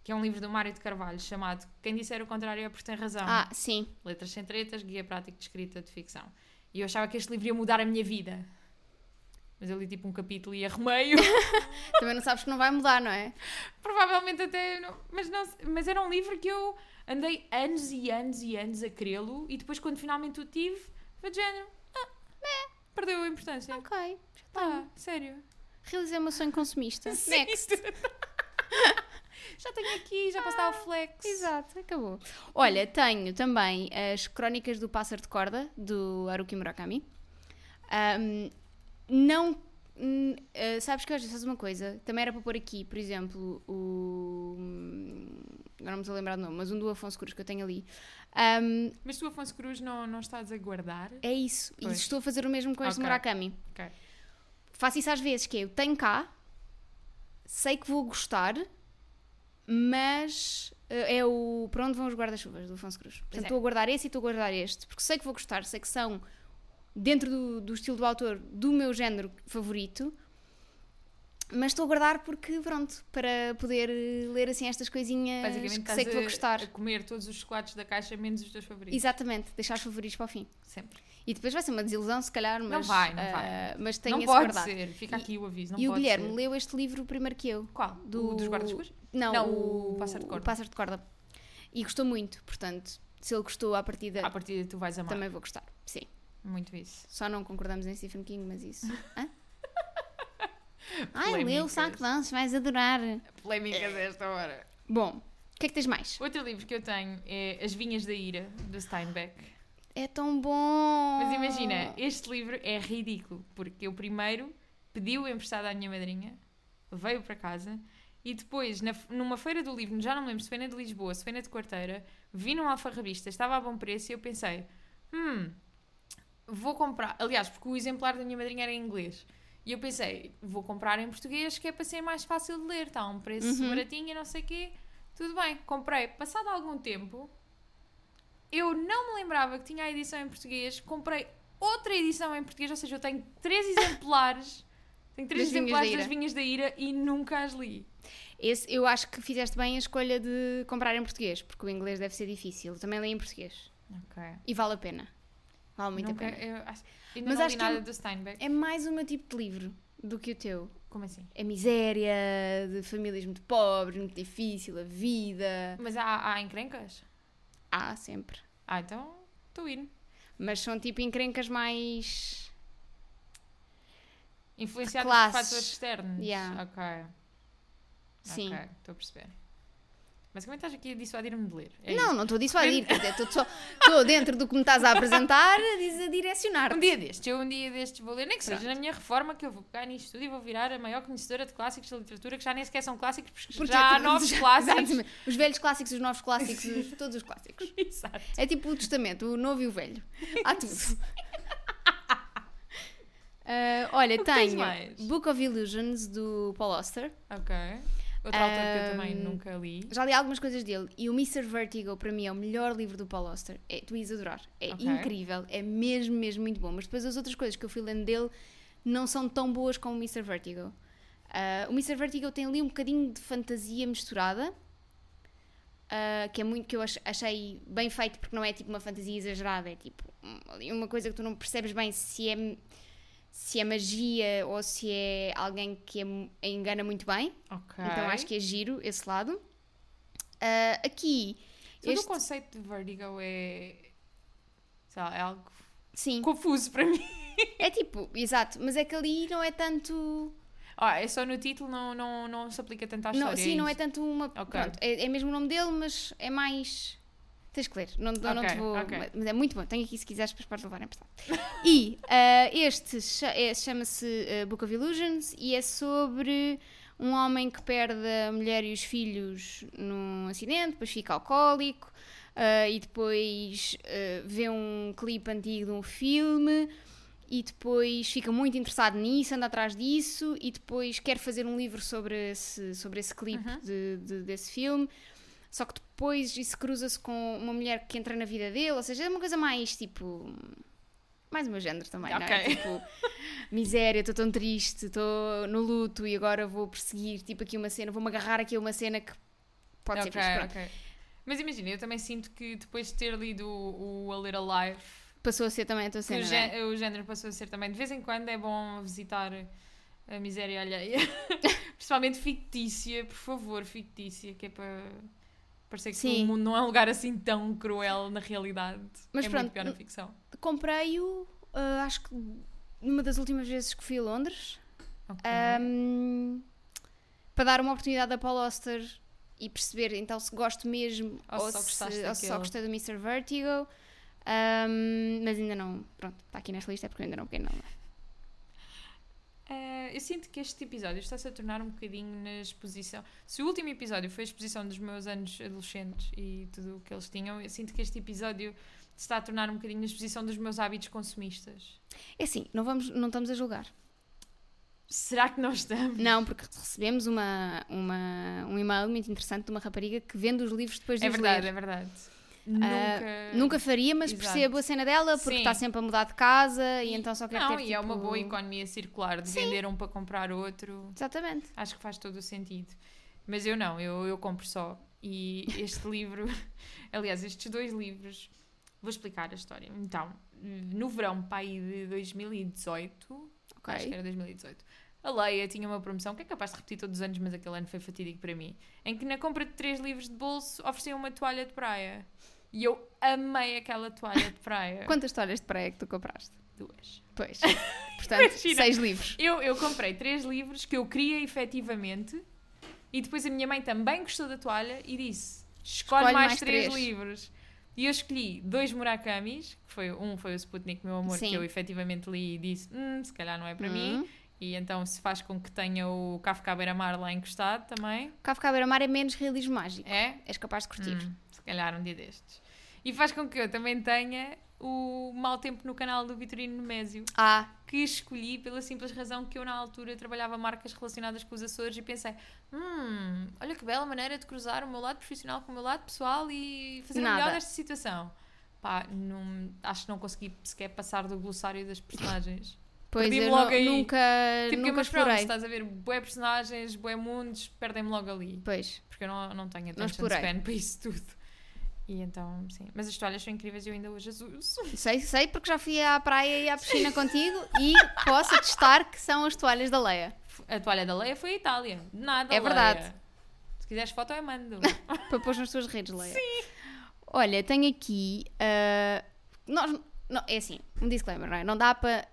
[SPEAKER 2] que é um livro do Mário de Carvalho chamado Quem Disser o Contrário é porque tem razão.
[SPEAKER 1] Ah, sim.
[SPEAKER 2] Letras sem tretas, guia prático de escrita de ficção. E eu achava que este livro ia mudar a minha vida. Mas eu li tipo um capítulo e arrumei-o.
[SPEAKER 1] Também não sabes que não vai mudar, não é?
[SPEAKER 2] Provavelmente até. não- mas, não, mas era um livro que eu andei anos e anos e anos a querê-lo e depois, quando finalmente o tive, foi de género. "Ah, Perdeu a importância.
[SPEAKER 1] Ok. tá.
[SPEAKER 2] Ah, sério.
[SPEAKER 1] Realizei o meu sonho consumista.
[SPEAKER 2] *laughs* Sim,
[SPEAKER 1] Next.
[SPEAKER 2] Já tenho aqui, já posso dar o flex.
[SPEAKER 1] Exato, acabou. Olha, tenho também as Crónicas do Pássaro de Corda, do Haruki Murakami. Ahm, não. hum, ah, sabes que às vezes faz uma coisa, também era para pôr aqui, por exemplo, o. hum, Agora não me estou a lembrar do nome, mas um do Afonso Cruz que eu tenho ali. Ahm,
[SPEAKER 2] Mas tu, Afonso Cruz, não, não estás a guardar?
[SPEAKER 1] é isso, e
[SPEAKER 2] Pois.
[SPEAKER 1] estou a fazer o mesmo com este
[SPEAKER 2] Ok.
[SPEAKER 1] Murakami.
[SPEAKER 2] Ok.
[SPEAKER 1] Faço isso às vezes, que é, eu tenho cá, sei que vou gostar, mas eh, é o Para Onde Vão os Guarda-Chuvas, do Afonso Cruz. Portanto,
[SPEAKER 2] Pois é.
[SPEAKER 1] estou a guardar esse e estou a guardar este, porque sei que vou gostar, sei que são, dentro do, do estilo do autor, do meu género favorito, mas estou a guardar porque, pronto, para poder eh, ler assim estas coisinhas
[SPEAKER 2] Basicamente,
[SPEAKER 1] que
[SPEAKER 2] estás
[SPEAKER 1] Eh, sei que vou
[SPEAKER 2] a-
[SPEAKER 1] gostar.
[SPEAKER 2] a comer todos os chocolates da caixa, menos os teus favoritos.
[SPEAKER 1] Exatamente, deixar os favoritos para o fim.
[SPEAKER 2] Sempre.
[SPEAKER 1] E depois vai ser uma desilusão, se calhar, mas,
[SPEAKER 2] vai, não
[SPEAKER 1] eh,
[SPEAKER 2] vai.
[SPEAKER 1] mas tenho
[SPEAKER 2] não
[SPEAKER 1] esse
[SPEAKER 2] pode
[SPEAKER 1] guardado.
[SPEAKER 2] ser. Fica
[SPEAKER 1] E-
[SPEAKER 2] aqui o aviso. Não
[SPEAKER 1] e o
[SPEAKER 2] pode
[SPEAKER 1] Guilherme
[SPEAKER 2] ser.
[SPEAKER 1] leu este livro primeiro que eu.
[SPEAKER 2] Qual?
[SPEAKER 1] do-
[SPEAKER 2] O dos guarda-chuvas?
[SPEAKER 1] Não,
[SPEAKER 2] Não, o Pássaro de Corda.
[SPEAKER 1] Pássaro de Corda. E gostou muito, portanto, se ele gostou à partida,
[SPEAKER 2] À partida, tu vais amar.
[SPEAKER 1] também vou gostar. Sim.
[SPEAKER 2] Muito isso.
[SPEAKER 1] Só não concordamos em Stephen King, mas
[SPEAKER 2] *laughs*
[SPEAKER 1] isso. Hã? Ai,
[SPEAKER 2] Polémicas.
[SPEAKER 1] leu o saco de lances, vais adorar.
[SPEAKER 2] Polémica desta hora.
[SPEAKER 1] Bom, o que é que tens mais?
[SPEAKER 2] Outro livro que eu tenho é As Vinhas da Ira, do Steinbeck.
[SPEAKER 1] É tão bom!
[SPEAKER 2] Mas imagina, este livro é ridículo, porque eu primeiro pedi-o emprestado à minha madrinha, veio para casa, e depois, na- numa feira do livro, já não me lembro se foi na de Lisboa, se foi na de Quarteira, vi num alfarrabista, estava a bom preço, e eu pensei, hum, vou comprar... Aliás, porque o exemplar da minha madrinha era em inglês. E eu pensei, vou comprar em português, que é para ser mais fácil de ler, está a um preço
[SPEAKER 1] Uhum.
[SPEAKER 2] baratinho e não sei o quê. Tudo bem, comprei. Passado algum tempo, eu não me lembrava que tinha a edição em português, comprei outra edição em português, ou seja, eu tenho três *laughs* exemplares, tenho três
[SPEAKER 1] Das Vinhas da
[SPEAKER 2] exemplares
[SPEAKER 1] Ira.
[SPEAKER 2] das Vinhas da Ira e nunca as li.
[SPEAKER 1] Esse, eu acho que fizeste bem a escolha de comprar em português, porque o inglês deve ser difícil. Eu também li em português.
[SPEAKER 2] Ok.
[SPEAKER 1] E vale a pena. Vale muito
[SPEAKER 2] nunca,
[SPEAKER 1] a pena.
[SPEAKER 2] eu acho, ainda
[SPEAKER 1] Mas
[SPEAKER 2] não
[SPEAKER 1] acho
[SPEAKER 2] li
[SPEAKER 1] que
[SPEAKER 2] nada
[SPEAKER 1] eu-
[SPEAKER 2] do Steinbeck.
[SPEAKER 1] É mais o meu tipo de livro do que o teu.
[SPEAKER 2] Como assim?
[SPEAKER 1] a É miséria, de famílias muito pobres, muito difícil, a vida.
[SPEAKER 2] Mas há, há encrencas?
[SPEAKER 1] Há sempre.
[SPEAKER 2] Ah, então estou indo.
[SPEAKER 1] Mas são tipo encrencas mais.
[SPEAKER 2] Influenciado por
[SPEAKER 1] Classes.
[SPEAKER 2] fatores externos.
[SPEAKER 1] Yeah.
[SPEAKER 2] Ok.
[SPEAKER 1] Sim.
[SPEAKER 2] Ok, estou a perceber. Mas como é que estás aqui a dissuadir-me de ler? É
[SPEAKER 1] não, não estou a dissuadir, quer dizer, estou só. Estou dentro do que me estás a apresentar, a dis- a direcionar-te.
[SPEAKER 2] Um dia destes, eu um dia destes vou ler, nem que seja
[SPEAKER 1] Pronto.
[SPEAKER 2] na minha reforma, que eu vou pegar nisto tudo e vou virar a maior conhecedora de clássicos da literatura, que já nem sequer são clássicos, porque,
[SPEAKER 1] Porque
[SPEAKER 2] já há
[SPEAKER 1] tu-
[SPEAKER 2] novos
[SPEAKER 1] já-
[SPEAKER 2] clássicos.
[SPEAKER 1] exatamente. Os velhos clássicos, os novos clássicos, os- todos os clássicos.
[SPEAKER 2] *laughs* Exato.
[SPEAKER 1] É tipo o testamento, o novo e o velho. Há
[SPEAKER 2] *laughs*
[SPEAKER 1] tudo. Ah, olha,
[SPEAKER 2] O que tens
[SPEAKER 1] tenho
[SPEAKER 2] mais?
[SPEAKER 1] Book of Illusions do Paul Auster.
[SPEAKER 2] Ok. Outro autor que eu também
[SPEAKER 1] Ahm,
[SPEAKER 2] nunca li.
[SPEAKER 1] Já li algumas coisas dele e o Mr. Vertigo para mim é o melhor livro do Paul Auster. É, tu ias adorar. É
[SPEAKER 2] Ok.
[SPEAKER 1] incrível, é mesmo, mesmo muito bom. Mas depois as outras coisas que eu fui lendo dele não são tão boas como o Mr. Vertigo. Ah, o Mr. Vertigo tem ali um bocadinho de fantasia misturada, ah, que é muito que eu ach- achei bem feito porque não é tipo uma fantasia exagerada, é tipo hum, ali uma coisa que tu não percebes bem se é se é magia ou se é alguém que é- engana muito bem.
[SPEAKER 2] Ok.
[SPEAKER 1] Então acho que é giro esse lado. Ah, aqui.
[SPEAKER 2] Todo
[SPEAKER 1] este-
[SPEAKER 2] o conceito de Vertigo é. Sei lá, é algo
[SPEAKER 1] Sim,
[SPEAKER 2] confuso para *laughs* mim.
[SPEAKER 1] é tipo, exato, mas é que ali não é tanto.
[SPEAKER 2] Ah, é só no título, não, não, não se aplica tanto à história.
[SPEAKER 1] Não, sim, não é
[SPEAKER 2] isso?
[SPEAKER 1] tanto uma.
[SPEAKER 2] Ok.
[SPEAKER 1] Pronto, é, é mesmo o nome dele, mas é mais. Tens que ler, não, não- não te
[SPEAKER 2] Ok,
[SPEAKER 1] vou.
[SPEAKER 2] ok.
[SPEAKER 1] Mas é muito bom, tenho aqui se quiseres, depois podes levar emprestado. *laughs* e ah, este cha- é- chama-se ah, Book of Illusions e é sobre um homem que perde a mulher e os filhos num acidente, depois fica alcoólico ah, e depois ah, vê um clipe antigo de um filme e depois fica muito interessado nisso, anda atrás disso e depois quer fazer um livro sobre esse, sobre esse clipe
[SPEAKER 2] Uhum.
[SPEAKER 1] de- de- desse filme. Só que depois isso cruza-se com uma mulher que entra na vida dele, ou seja, é uma coisa mais tipo. Mais o meu género também, não é?
[SPEAKER 2] Ok.
[SPEAKER 1] Tipo, miséria, estou tão triste, estou no luto e agora vou perseguir, tipo, aqui uma cena, vou-me agarrar aqui a uma cena que pode ser
[SPEAKER 2] Ok,
[SPEAKER 1] fixe. Pronto.
[SPEAKER 2] ok. Mas imagina, eu também sinto que depois de ter lido o, o A Little Life,
[SPEAKER 1] Passou a ser também a tua
[SPEAKER 2] que
[SPEAKER 1] cena.
[SPEAKER 2] o,
[SPEAKER 1] não é?
[SPEAKER 2] gé- o género passou a ser também. De vez em quando é bom visitar a
[SPEAKER 1] *laughs*
[SPEAKER 2] miséria alheia. Principalmente fictícia, por favor, fictícia, que é para parecer que
[SPEAKER 1] Sim.
[SPEAKER 2] o mundo não é um lugar assim tão cruel na realidade.
[SPEAKER 1] Mas
[SPEAKER 2] é
[SPEAKER 1] pronto,
[SPEAKER 2] muito pior na
[SPEAKER 1] n-
[SPEAKER 2] ficção.
[SPEAKER 1] Comprei-o, ah, acho que numa das últimas vezes que fui a Londres,
[SPEAKER 2] Ok.
[SPEAKER 1] ah, ahm, para dar uma oportunidade a Paul Auster e perceber então se gosto mesmo
[SPEAKER 2] Ou
[SPEAKER 1] ou,
[SPEAKER 2] só
[SPEAKER 1] se,
[SPEAKER 2] gostaste
[SPEAKER 1] ou se só
[SPEAKER 2] daquele.
[SPEAKER 1] gostei do Mr. Vertigo. ahm, mas ainda não, pronto, está aqui nesta lista é porque eu ainda não peguei nada.
[SPEAKER 2] Eh, eu sinto que este episódio está-se a tornar um bocadinho na exposição. Se o último episódio foi a exposição dos meus anos adolescentes e tudo o que eles tinham, eu sinto que este episódio se está a tornar um bocadinho na exposição dos meus hábitos consumistas.
[SPEAKER 1] É assim, não, vamos, não estamos a julgar.
[SPEAKER 2] Será que nós estamos?
[SPEAKER 1] Não, porque recebemos uma, uma, um e-mail muito interessante de uma rapariga que vende os livros depois de
[SPEAKER 2] É
[SPEAKER 1] os
[SPEAKER 2] verdade,
[SPEAKER 1] ler.
[SPEAKER 2] é verdade.
[SPEAKER 1] Ah,
[SPEAKER 2] nunca.
[SPEAKER 1] Nunca faria, mas
[SPEAKER 2] Exato.
[SPEAKER 1] percebo a cena dela porque
[SPEAKER 2] Sim.
[SPEAKER 1] está sempre a mudar de casa e, então só quer
[SPEAKER 2] Não,
[SPEAKER 1] ter
[SPEAKER 2] e é uma
[SPEAKER 1] tipo,
[SPEAKER 2] boa economia circular de vender um para comprar outro.
[SPEAKER 1] Exatamente.
[SPEAKER 2] Acho que faz todo o sentido. Mas eu não, eu, eu compro só. E este livro, *laughs* aliás, estes dois livros, vou explicar a história. Então, no verão pai de 2018, acho que
[SPEAKER 1] Ok.
[SPEAKER 2] era 2018, a Leia tinha uma promoção que é capaz de repetir todos os anos, mas aquele ano foi fatídico para mim, em que na compra de três livros de bolso ofereciam uma toalha de praia. E eu amei aquela toalha de praia.
[SPEAKER 1] Quantas toalhas de praia é que tu compraste?
[SPEAKER 2] Duas. *laughs*
[SPEAKER 1] Pois. Portanto,
[SPEAKER 2] Imagina.
[SPEAKER 1] seis livros.
[SPEAKER 2] Eu, eu comprei três livros que eu queria efetivamente e depois a minha mãe também gostou da toalha e disse: escolhe,
[SPEAKER 1] Escolhe
[SPEAKER 2] mais,
[SPEAKER 1] mais
[SPEAKER 2] três,
[SPEAKER 1] três."
[SPEAKER 2] livros. E eu escolhi dois Murakamis, que foi um foi o Sputnik, meu amor,
[SPEAKER 1] Sim.
[SPEAKER 2] que eu efetivamente li e disse: "Hum, se calhar não é para
[SPEAKER 1] Hum.
[SPEAKER 2] mim. E então se faz com que tenha o Kafka Beira-Mar lá encostado também.
[SPEAKER 1] Kafka Beira-Mar é menos realismo mágico.
[SPEAKER 2] É?
[SPEAKER 1] És capaz de curtir.
[SPEAKER 2] Hum, se calhar um dia destes. E faz com que eu também tenha o Mau Tempo no canal do Vitorino Nemésio
[SPEAKER 1] Ah,
[SPEAKER 2] que escolhi pela simples razão que eu na altura trabalhava marcas relacionadas com os Açores e pensei, hum, olha que bela maneira de cruzar o meu lado profissional com o meu lado pessoal e fazer o
[SPEAKER 1] Nada.
[SPEAKER 2] melhor desta situação. Pá, não- acho que não consegui sequer passar do glossário das
[SPEAKER 1] *laughs*
[SPEAKER 2] personagens.
[SPEAKER 1] pois
[SPEAKER 2] Perdi-me
[SPEAKER 1] eu
[SPEAKER 2] logo
[SPEAKER 1] nu-
[SPEAKER 2] aí.
[SPEAKER 1] nunca,
[SPEAKER 2] tipo Game
[SPEAKER 1] nunca
[SPEAKER 2] of Thrones,
[SPEAKER 1] explorei.
[SPEAKER 2] estás a ver, bué personagens, bué mundos, perdem-me logo ali.
[SPEAKER 1] Pois.
[SPEAKER 2] Porque eu não, não tenho attention
[SPEAKER 1] explorei.
[SPEAKER 2] span *laughs* para isso tudo. E então, sim. Mas as toalhas são incríveis e eu ainda hoje as uso. *laughs*
[SPEAKER 1] Sei, sei porque já fui à praia e à piscina contigo e posso atestar que são as toalhas da Leia.
[SPEAKER 2] A toalha da Leia foi a Itália. Nada,
[SPEAKER 1] É verdade.
[SPEAKER 2] Leia. Se quiseres foto, eu mando.
[SPEAKER 1] para pôr nas tuas redes, Leia. Sim. Olha, tenho aqui. ah, nós, não, é assim, um disclaimer, não é? Não dá para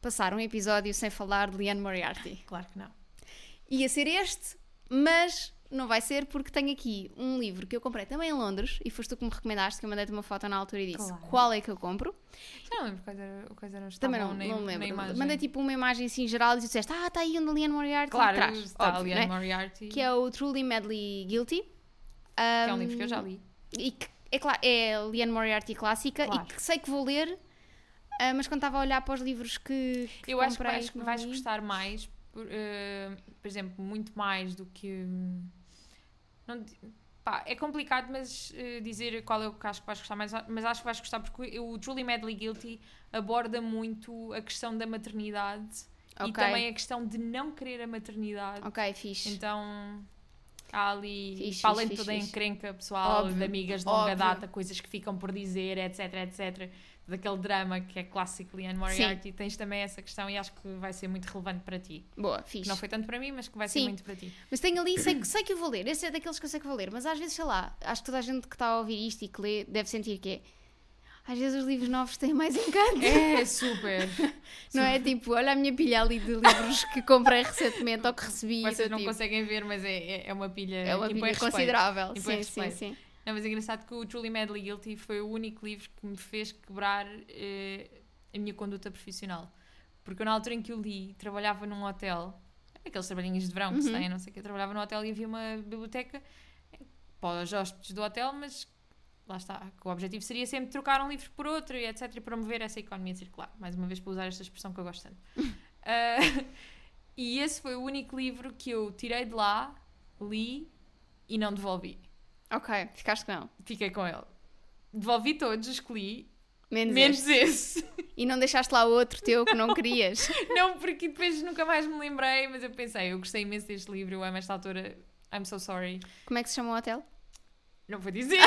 [SPEAKER 1] passar um episódio sem falar de Leanne Moriarty.
[SPEAKER 2] Claro que não.
[SPEAKER 1] Ia ser este, mas não vai ser porque tenho aqui um livro que eu comprei também em Londres e foste tu que me recomendaste, que eu mandei-te uma foto na altura e disse
[SPEAKER 2] Claro. Tá
[SPEAKER 1] qual é que eu compro.
[SPEAKER 2] Já não lembro quais eram, quais eram os que
[SPEAKER 1] Também
[SPEAKER 2] estavam
[SPEAKER 1] não,
[SPEAKER 2] na,
[SPEAKER 1] não me
[SPEAKER 2] na
[SPEAKER 1] lembro.
[SPEAKER 2] imagem.
[SPEAKER 1] Mandei tipo uma imagem assim geral e tu disseste, ah, está aí onde a Leanne Moriarty
[SPEAKER 2] claro,
[SPEAKER 1] atrás.
[SPEAKER 2] está
[SPEAKER 1] óbvio,
[SPEAKER 2] ali
[SPEAKER 1] não é?
[SPEAKER 2] a Moriarty,
[SPEAKER 1] Que é o Truly Madly Guilty.
[SPEAKER 2] que é um livro que eu já li.
[SPEAKER 1] E que, é claro, é a Leanne Moriarty clássica
[SPEAKER 2] Claro.
[SPEAKER 1] e que sei que vou ler, ah, mas quando estava a olhar para os livros que, que
[SPEAKER 2] Eu acho que
[SPEAKER 1] comprei,
[SPEAKER 2] vais,
[SPEAKER 1] não
[SPEAKER 2] vais
[SPEAKER 1] li,
[SPEAKER 2] gostar mais, por, eh, por exemplo, muito mais do que... hum, não di- pá, é complicado mas eh, dizer qual é o que acho que vais gostar mais, mas acho que vais gostar porque o Julie Madly Guilty aborda muito a questão da maternidade e
[SPEAKER 1] Ok.
[SPEAKER 2] também é a questão de não querer a maternidade.
[SPEAKER 1] Ok, fixe.
[SPEAKER 2] Então há ali,
[SPEAKER 1] Fixe,
[SPEAKER 2] para além de
[SPEAKER 1] fixe,
[SPEAKER 2] toda a
[SPEAKER 1] fixe.
[SPEAKER 2] encrenca pessoal,
[SPEAKER 1] Óbvio,
[SPEAKER 2] de amigas de longa
[SPEAKER 1] óbvio.
[SPEAKER 2] data, coisas que ficam por dizer, etc, etc, daquele drama que é clássico Leanne Moriarty, tens também essa questão e acho que vai ser muito relevante para ti.
[SPEAKER 1] Boa,
[SPEAKER 2] Que
[SPEAKER 1] fixe.
[SPEAKER 2] não foi tanto para mim, mas que vai ser
[SPEAKER 1] Sim. *laughs*
[SPEAKER 2] muito para ti.
[SPEAKER 1] Mas tenho ali, sei, que- sei que eu vou ler. Esse é daqueles que eu sei que vou ler, mas às vezes, sei lá, acho que toda a gente que está a ouvir isto e que lê deve sentir que é. Às vezes os livros novos têm mais encanto.
[SPEAKER 2] É, super.
[SPEAKER 1] Não é tipo, olha a minha pilha ali de livros que comprei recentemente ou que recebi.
[SPEAKER 2] Vocês
[SPEAKER 1] do
[SPEAKER 2] não
[SPEAKER 1] tipo,
[SPEAKER 2] conseguem ver, mas é, é- é uma pilha
[SPEAKER 1] é uma
[SPEAKER 2] impõe
[SPEAKER 1] pilha
[SPEAKER 2] respeito.
[SPEAKER 1] considerável.
[SPEAKER 2] Impõe
[SPEAKER 1] Sim, sim,
[SPEAKER 2] respeito.
[SPEAKER 1] sim.
[SPEAKER 2] Não, mas é engraçado que o Truly Madly Guilty foi o único livro que me fez quebrar eh, a minha conduta profissional. Porque eu, na altura em que eu li, trabalhava num hotel, aqueles trabalhinhos de verão que se
[SPEAKER 1] Uhum.
[SPEAKER 2] têm, não sei o que, eu trabalhava num hotel e havia uma biblioteca eh, para os hóspedes do hotel, mas lá está, que o objetivo seria sempre trocar um livro por outro e etc, e promover essa economia circular. Mais uma vez, para usar esta expressão que eu gosto tanto. Ah, e esse foi o único livro que eu tirei de lá, li e não devolvi.
[SPEAKER 1] Ok, ficaste com ele.
[SPEAKER 2] Fiquei com ele. Devolvi todos, escolhi.
[SPEAKER 1] Menos,
[SPEAKER 2] Menos
[SPEAKER 1] este.
[SPEAKER 2] esse. *laughs*
[SPEAKER 1] E não deixaste lá outro teu que não querias. *laughs*
[SPEAKER 2] Não, porque depois nunca mais me lembrei, mas eu pensei, eu gostei imenso deste livro, eu amo esta altura. I'm so sorry.
[SPEAKER 1] Como é que se chama o hotel?
[SPEAKER 2] Não
[SPEAKER 1] *laughs*
[SPEAKER 2] vou dizer.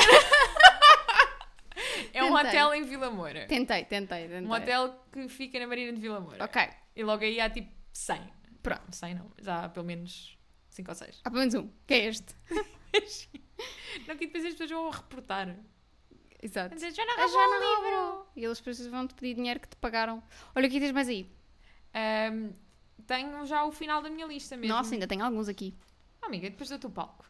[SPEAKER 2] é um
[SPEAKER 1] Tentei.
[SPEAKER 2] hotel em Vila Moura.
[SPEAKER 1] Tentei, tentei, tentei.
[SPEAKER 2] Um hotel que fica na Marina de Vila Moura.
[SPEAKER 1] Ok,
[SPEAKER 2] E logo aí há tipo 100. Pronto, 100 não, mas há pelo menos 5 ou 6.
[SPEAKER 1] há pelo menos um. Que é este?
[SPEAKER 2] Não, que depois as pessoas vão reportar.
[SPEAKER 1] Exato.
[SPEAKER 2] Mas já não
[SPEAKER 1] A
[SPEAKER 2] roubou
[SPEAKER 1] É Joana
[SPEAKER 2] o livro.
[SPEAKER 1] roubou. E eles depois vão-te pedir dinheiro que te pagaram. Olha, aqui tens mais aí.
[SPEAKER 2] Ahm, tenho já o final da minha lista mesmo.
[SPEAKER 1] Nossa, ainda tenho alguns aqui.
[SPEAKER 2] Oh, amiga, depois dou-te o palco.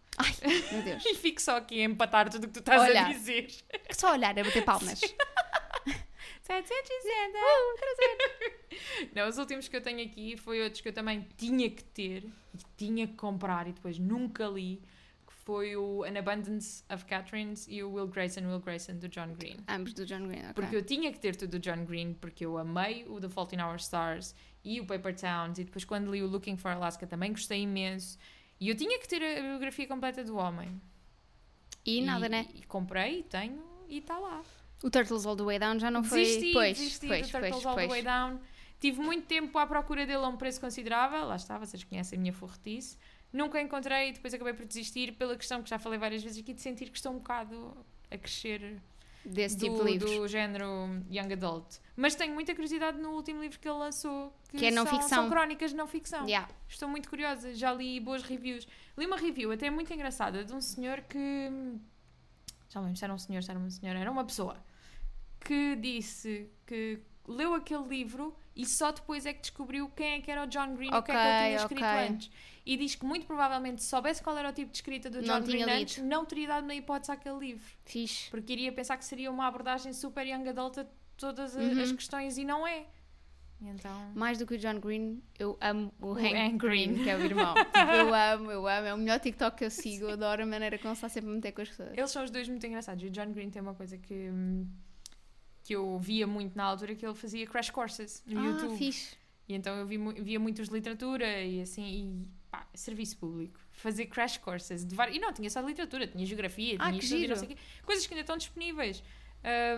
[SPEAKER 1] Meu Deus.
[SPEAKER 2] E fico só aqui a empatar tudo o que tu estás
[SPEAKER 1] Olha.
[SPEAKER 2] a dizer.
[SPEAKER 1] Que só olhar é bater palmas.
[SPEAKER 2] *laughs* 760. Um, Não, os últimos que eu tenho aqui foi outros que eu também tinha que ter e tinha que comprar e depois nunca li, que foi o An Abundance of Catherines e o Will Grayson, Will Grayson do John Green.
[SPEAKER 1] Ambos do John Green, ok.
[SPEAKER 2] Porque eu tinha que ter tudo do John Green, porque eu amei o The Fault in Our Stars e o Paper Towns, e depois quando li o Looking for Alaska também gostei imenso. E eu tinha que ter a biografia completa do homem.
[SPEAKER 1] E nada, né?
[SPEAKER 2] E comprei, tenho, e está lá.
[SPEAKER 1] O Turtles All the Way Down já não foi.
[SPEAKER 2] Desisti,
[SPEAKER 1] pois,
[SPEAKER 2] desisti
[SPEAKER 1] pois,
[SPEAKER 2] do Turtles
[SPEAKER 1] pois,
[SPEAKER 2] All
[SPEAKER 1] pois.
[SPEAKER 2] the Way Down. Tive muito tempo à procura dele a um preço considerável. Lá está, vocês conhecem a minha forretice. Nunca encontrei e depois acabei por desistir pela questão que já falei várias vezes aqui de sentir que estou um bocado a crescer
[SPEAKER 1] Desse tipo
[SPEAKER 2] do,
[SPEAKER 1] de livros.
[SPEAKER 2] do género young adult. Mas tenho muita curiosidade no último livro que ele lançou,
[SPEAKER 1] Que é não
[SPEAKER 2] são,
[SPEAKER 1] ficção.
[SPEAKER 2] são crónicas de não ficção.
[SPEAKER 1] Yeah.
[SPEAKER 2] Estou muito curiosa, já li boas reviews. Li uma review até muito engraçada de um senhor que. Já não lembro se era um senhor, se era uma senhora, era uma pessoa que disse que leu aquele livro e só depois é que descobriu quem é que era o John Green e o que é que ele tinha
[SPEAKER 1] Ok,
[SPEAKER 2] escrito
[SPEAKER 1] ok.
[SPEAKER 2] antes. E diz que muito provavelmente se soubesse qual era o tipo de escrita do
[SPEAKER 1] Não
[SPEAKER 2] John
[SPEAKER 1] tinha
[SPEAKER 2] Green
[SPEAKER 1] lido.
[SPEAKER 2] antes, não teria dado na hipótese àquele livro.
[SPEAKER 1] Fixe.
[SPEAKER 2] Porque iria pensar que seria uma abordagem super young adult a todas a-
[SPEAKER 1] Uhum.
[SPEAKER 2] as questões e não é. E Então.
[SPEAKER 1] Mais do que o John Green, eu amo o,
[SPEAKER 2] O
[SPEAKER 1] Hank, Green,
[SPEAKER 2] Hank Green.
[SPEAKER 1] que é o irmão.
[SPEAKER 2] *laughs*
[SPEAKER 1] Tipo, eu amo, eu amo. É o melhor TikTok que eu sigo. Eu adoro a maneira como ele está sempre a meter com as pessoas.
[SPEAKER 2] Eles são os dois muito engraçados. E o John Green tem uma coisa que, hum, que eu via muito na altura que ele fazia crash courses no
[SPEAKER 1] ah,
[SPEAKER 2] YouTube.
[SPEAKER 1] fixe.
[SPEAKER 2] E então eu vi mu- via muitos de literatura e assim, e pá, serviço público. Fazer crash courses. De var... E não, tinha só de literatura, tinha geografia,
[SPEAKER 1] Ah,
[SPEAKER 2] tinha
[SPEAKER 1] que
[SPEAKER 2] isto, tinha
[SPEAKER 1] giro.
[SPEAKER 2] não sei o quê. Coisas que ainda estão disponíveis.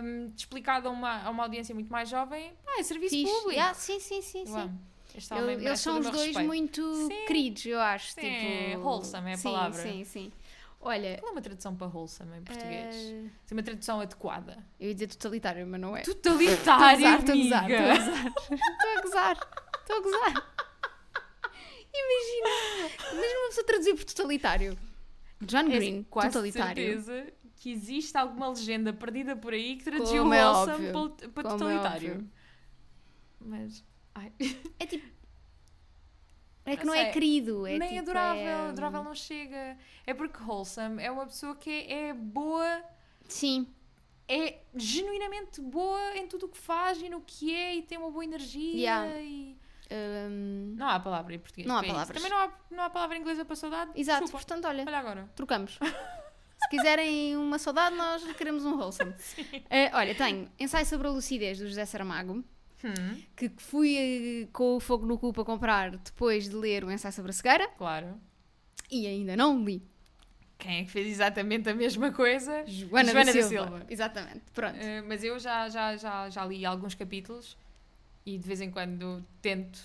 [SPEAKER 2] Hum, explicado a uma, a uma audiência muito mais jovem. Ah, é serviço
[SPEAKER 1] Fixe.
[SPEAKER 2] público.
[SPEAKER 1] Yeah, sim, sim, sim,
[SPEAKER 2] Eu
[SPEAKER 1] sim.
[SPEAKER 2] amo. Este
[SPEAKER 1] Eu-
[SPEAKER 2] homem
[SPEAKER 1] eles
[SPEAKER 2] merece
[SPEAKER 1] são
[SPEAKER 2] todo o
[SPEAKER 1] os
[SPEAKER 2] meu
[SPEAKER 1] dois
[SPEAKER 2] respeito.
[SPEAKER 1] muito
[SPEAKER 2] Sim.
[SPEAKER 1] queridos, eu acho.
[SPEAKER 2] Sim,
[SPEAKER 1] tipo...
[SPEAKER 2] wholesome é a
[SPEAKER 1] sim,
[SPEAKER 2] palavra.
[SPEAKER 1] Sim, sim. Olha.
[SPEAKER 2] Qual é uma tradução para wholesome em português?
[SPEAKER 1] eh,
[SPEAKER 2] Tem uma tradução adequada.
[SPEAKER 1] eu ia dizer totalitário, mas não é.
[SPEAKER 2] Totalitário,
[SPEAKER 1] Estou a gozar, estou a
[SPEAKER 2] amiga.
[SPEAKER 1] gozar, estou a gozar. Estou a gozar. Imagina, mesmo uma pessoa traduzir por totalitário. John
[SPEAKER 2] É
[SPEAKER 1] Green,
[SPEAKER 2] quase
[SPEAKER 1] um totalitário.
[SPEAKER 2] certeza que existe alguma legenda perdida por aí que traduziu
[SPEAKER 1] Como é
[SPEAKER 2] wholesome
[SPEAKER 1] óbvio,
[SPEAKER 2] para o- para
[SPEAKER 1] Como é
[SPEAKER 2] totalitário.
[SPEAKER 1] óbvio.
[SPEAKER 2] Mas ai,
[SPEAKER 1] É, tipo. É que
[SPEAKER 2] Não
[SPEAKER 1] não é
[SPEAKER 2] sei.
[SPEAKER 1] querido. É
[SPEAKER 2] *laughs* nem
[SPEAKER 1] tipo,
[SPEAKER 2] adorável,
[SPEAKER 1] é,
[SPEAKER 2] adorável não chega. É porque wholesome é uma pessoa que é, é boa,
[SPEAKER 1] Sim,
[SPEAKER 2] é genuinamente boa em tudo o que faz e no que é e tem uma boa energia
[SPEAKER 1] Yeah.
[SPEAKER 2] e-
[SPEAKER 1] hum,
[SPEAKER 2] Não há palavra em português.
[SPEAKER 1] Não há
[SPEAKER 2] para isso.
[SPEAKER 1] palavras.
[SPEAKER 2] Também não há, não há palavra inglesa para saudade.
[SPEAKER 1] exato.
[SPEAKER 2] Desculpa.
[SPEAKER 1] Portanto, olha,
[SPEAKER 2] Olha agora.
[SPEAKER 1] *laughs* trocamos. Se quiserem uma saudade, nós queremos um *laughs* wholesome. Eh, olha, tenho ensaio sobre a lucidez do José Saramago.
[SPEAKER 2] Hum,
[SPEAKER 1] que fui eh, com o fogo no cu para comprar depois de ler o ensaio sobre a cegueira
[SPEAKER 2] claro.
[SPEAKER 1] e ainda não li.
[SPEAKER 2] Quem é que fez exatamente a mesma coisa?
[SPEAKER 1] Joana,
[SPEAKER 2] Joana
[SPEAKER 1] da,
[SPEAKER 2] da
[SPEAKER 1] Silva.
[SPEAKER 2] Silva.
[SPEAKER 1] Exatamente, pronto.
[SPEAKER 2] Eh, mas eu já, já, já, já li alguns capítulos e de vez em quando tento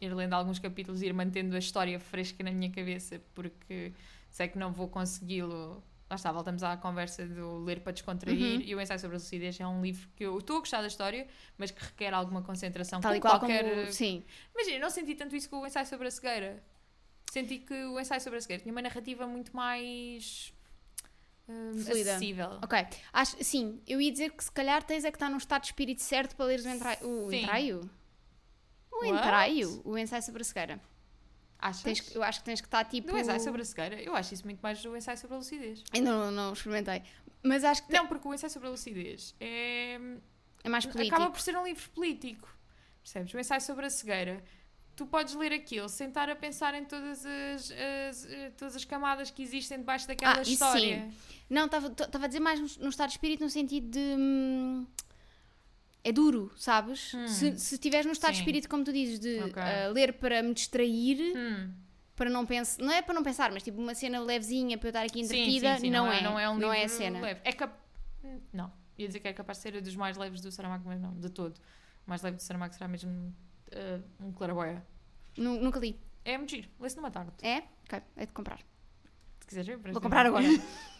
[SPEAKER 2] ir lendo alguns capítulos e ir mantendo a história fresca na minha cabeça porque sei que não vou consegui-lo. Lá está, voltamos à conversa do ler para descontrair
[SPEAKER 1] Uhum.
[SPEAKER 2] e o ensaio sobre a lucidez é um livro que eu estou a gostar da história, mas que requer alguma concentração.
[SPEAKER 1] Tal
[SPEAKER 2] como
[SPEAKER 1] e qual
[SPEAKER 2] qualquer... eh,
[SPEAKER 1] como... Sim,
[SPEAKER 2] Imagina, eu não senti tanto isso com o ensaio sobre a cegueira. Senti que o ensaio sobre a cegueira tinha uma narrativa muito mais hum,
[SPEAKER 1] Fluida.
[SPEAKER 2] acessível.
[SPEAKER 1] ok. Acho, sim, eu ia dizer que se calhar tens é que estar num estado de espírito certo para leres o, entra... o
[SPEAKER 2] Sim.
[SPEAKER 1] entraio. O
[SPEAKER 2] What?
[SPEAKER 1] um entraio? O ensaio sobre a cegueira.
[SPEAKER 2] Achas?
[SPEAKER 1] Tens que- eu acho que tens que estar tipo...
[SPEAKER 2] Do é ensaio sobre a cegueira, eu acho isso muito mais do ensaio sobre a lucidez.
[SPEAKER 1] Ainda não, não experimentei. Mas acho que
[SPEAKER 2] Não, porque o ensaio sobre a lucidez é...
[SPEAKER 1] é mais político.
[SPEAKER 2] acaba por ser um livro político. Percebes? O ensaio sobre a cegueira. Tu podes ler aquilo, sentar a pensar em todas as, as- eh, todas as camadas que existem debaixo daquela
[SPEAKER 1] Ah, isso
[SPEAKER 2] história.
[SPEAKER 1] Não, estava a dizer mais num- num estado de espírito no sentido de. hum, é duro, sabes?
[SPEAKER 2] Hum.
[SPEAKER 1] Se, se estiveres num estado de eh,
[SPEAKER 2] Sim.
[SPEAKER 1] espírito, como tu dizes, de
[SPEAKER 2] Ok.
[SPEAKER 1] ah, ler para me distrair,
[SPEAKER 2] Hum,
[SPEAKER 1] para não pensar, não é para não pensar, mas tipo uma cena levezinha para eu estar aqui
[SPEAKER 2] Sim,
[SPEAKER 1] entretida,
[SPEAKER 2] sim, sim,
[SPEAKER 1] não, é,
[SPEAKER 2] Não é um livro
[SPEAKER 1] não é a cena.
[SPEAKER 2] leve. É cap... Não, ia dizer que é capaz de ser dos mais leves do Saramago, mas não, de todo. O mais leve do Saramago será mesmo eh, um claraboia.
[SPEAKER 1] Nu- Nunca li.
[SPEAKER 2] É muito giro, lê-se numa tarde.
[SPEAKER 1] É? Ok, é de comprar.
[SPEAKER 2] Se quiseres ver,
[SPEAKER 1] Vou comprar agora.
[SPEAKER 2] *laughs*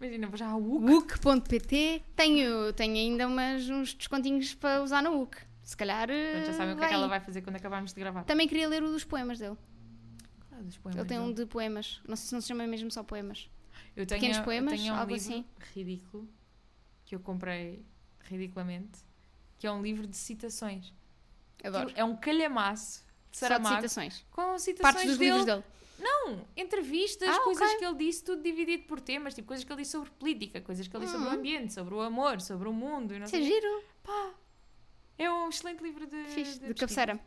[SPEAKER 2] Imagina, vou já ao Wook.
[SPEAKER 1] Wook.pt tenho, tenho ainda umas, uns descontinhos para usar na Wook. Se calhar. eh,
[SPEAKER 2] Portanto, Já sabem o que é que ela vai fazer quando acabarmos de gravar.
[SPEAKER 1] Também queria ler o dos poemas dele.
[SPEAKER 2] Ah, dos poemas
[SPEAKER 1] Ele tem
[SPEAKER 2] dele.
[SPEAKER 1] um de poemas. Não sei se não se chama mesmo só poemas.
[SPEAKER 2] Eu tenho,
[SPEAKER 1] Pequenos
[SPEAKER 2] eu
[SPEAKER 1] poemas,
[SPEAKER 2] tenho um
[SPEAKER 1] algo
[SPEAKER 2] livro
[SPEAKER 1] assim.
[SPEAKER 2] ridículo que eu comprei ridiculamente, que é um livro de citações. Aquilo
[SPEAKER 1] Adoro.
[SPEAKER 2] É um calhamaço de
[SPEAKER 1] Só de
[SPEAKER 2] Saramago
[SPEAKER 1] citações.
[SPEAKER 2] com citações
[SPEAKER 1] Partes dos
[SPEAKER 2] dele.
[SPEAKER 1] livros dele.
[SPEAKER 2] Não, entrevistas,
[SPEAKER 1] Ah,
[SPEAKER 2] coisas
[SPEAKER 1] ok.
[SPEAKER 2] que ele disse, tudo dividido por temas, tipo coisas que ele disse sobre política, coisas que ele disse sobre o
[SPEAKER 1] Hum.
[SPEAKER 2] ambiente, sobre o amor, sobre o mundo. e Não
[SPEAKER 1] Isso é
[SPEAKER 2] sei.
[SPEAKER 1] giro.
[SPEAKER 2] Pá, é um excelente livro de,
[SPEAKER 1] Fixe. De
[SPEAKER 2] pesquisa.
[SPEAKER 1] cabeceira.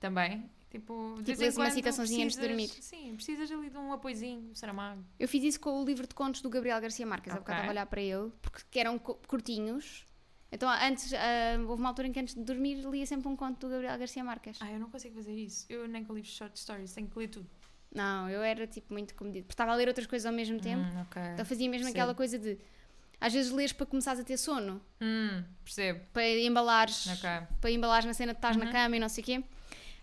[SPEAKER 2] Também. Tipo, de vez em
[SPEAKER 1] lês uma
[SPEAKER 2] quando
[SPEAKER 1] citaçãozinha antes de
[SPEAKER 2] precisas- Sim, precisas ali de um apoiozinho, do Saramago.
[SPEAKER 1] Eu fiz isso com o livro de contos do Gabriel Garcia Marques, há
[SPEAKER 2] Ok.
[SPEAKER 1] bocado estava a olhar para ele, porque que eram co- curtinhos. Então, antes, ah, houve uma altura em que antes de dormir lia sempre um conto do Gabriel Garcia Marques.
[SPEAKER 2] Ah, eu não consigo fazer isso. Eu nem com livros short stories, tenho que ler tudo.
[SPEAKER 1] Não, eu era tipo muito comedido, porque estava a ler outras coisas ao mesmo tempo.
[SPEAKER 2] Hum, ok.
[SPEAKER 1] Então fazia mesmo
[SPEAKER 2] percebo.
[SPEAKER 1] aquela coisa de às vezes lês para começares a ter sono,
[SPEAKER 2] Hum, percebo.
[SPEAKER 1] para embalares,
[SPEAKER 2] Ok.
[SPEAKER 1] para embalares na cena de estás na
[SPEAKER 2] Uhum.
[SPEAKER 1] cama e não sei o quê.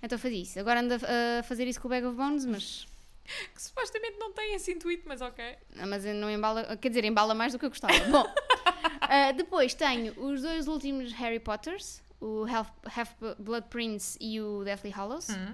[SPEAKER 1] Então fazia isso. Agora ando a, a fazer isso com o Bag of Bones, mas,
[SPEAKER 2] Que supostamente não tem esse intuito, mas ok.
[SPEAKER 1] mas não embala, quer dizer, embala mais do que eu gostava.
[SPEAKER 2] *laughs*
[SPEAKER 1] Bom, ah, depois tenho os dois últimos Harry Potters, o Half, Half Blood Prince e o Deathly Hallows.
[SPEAKER 2] Hum.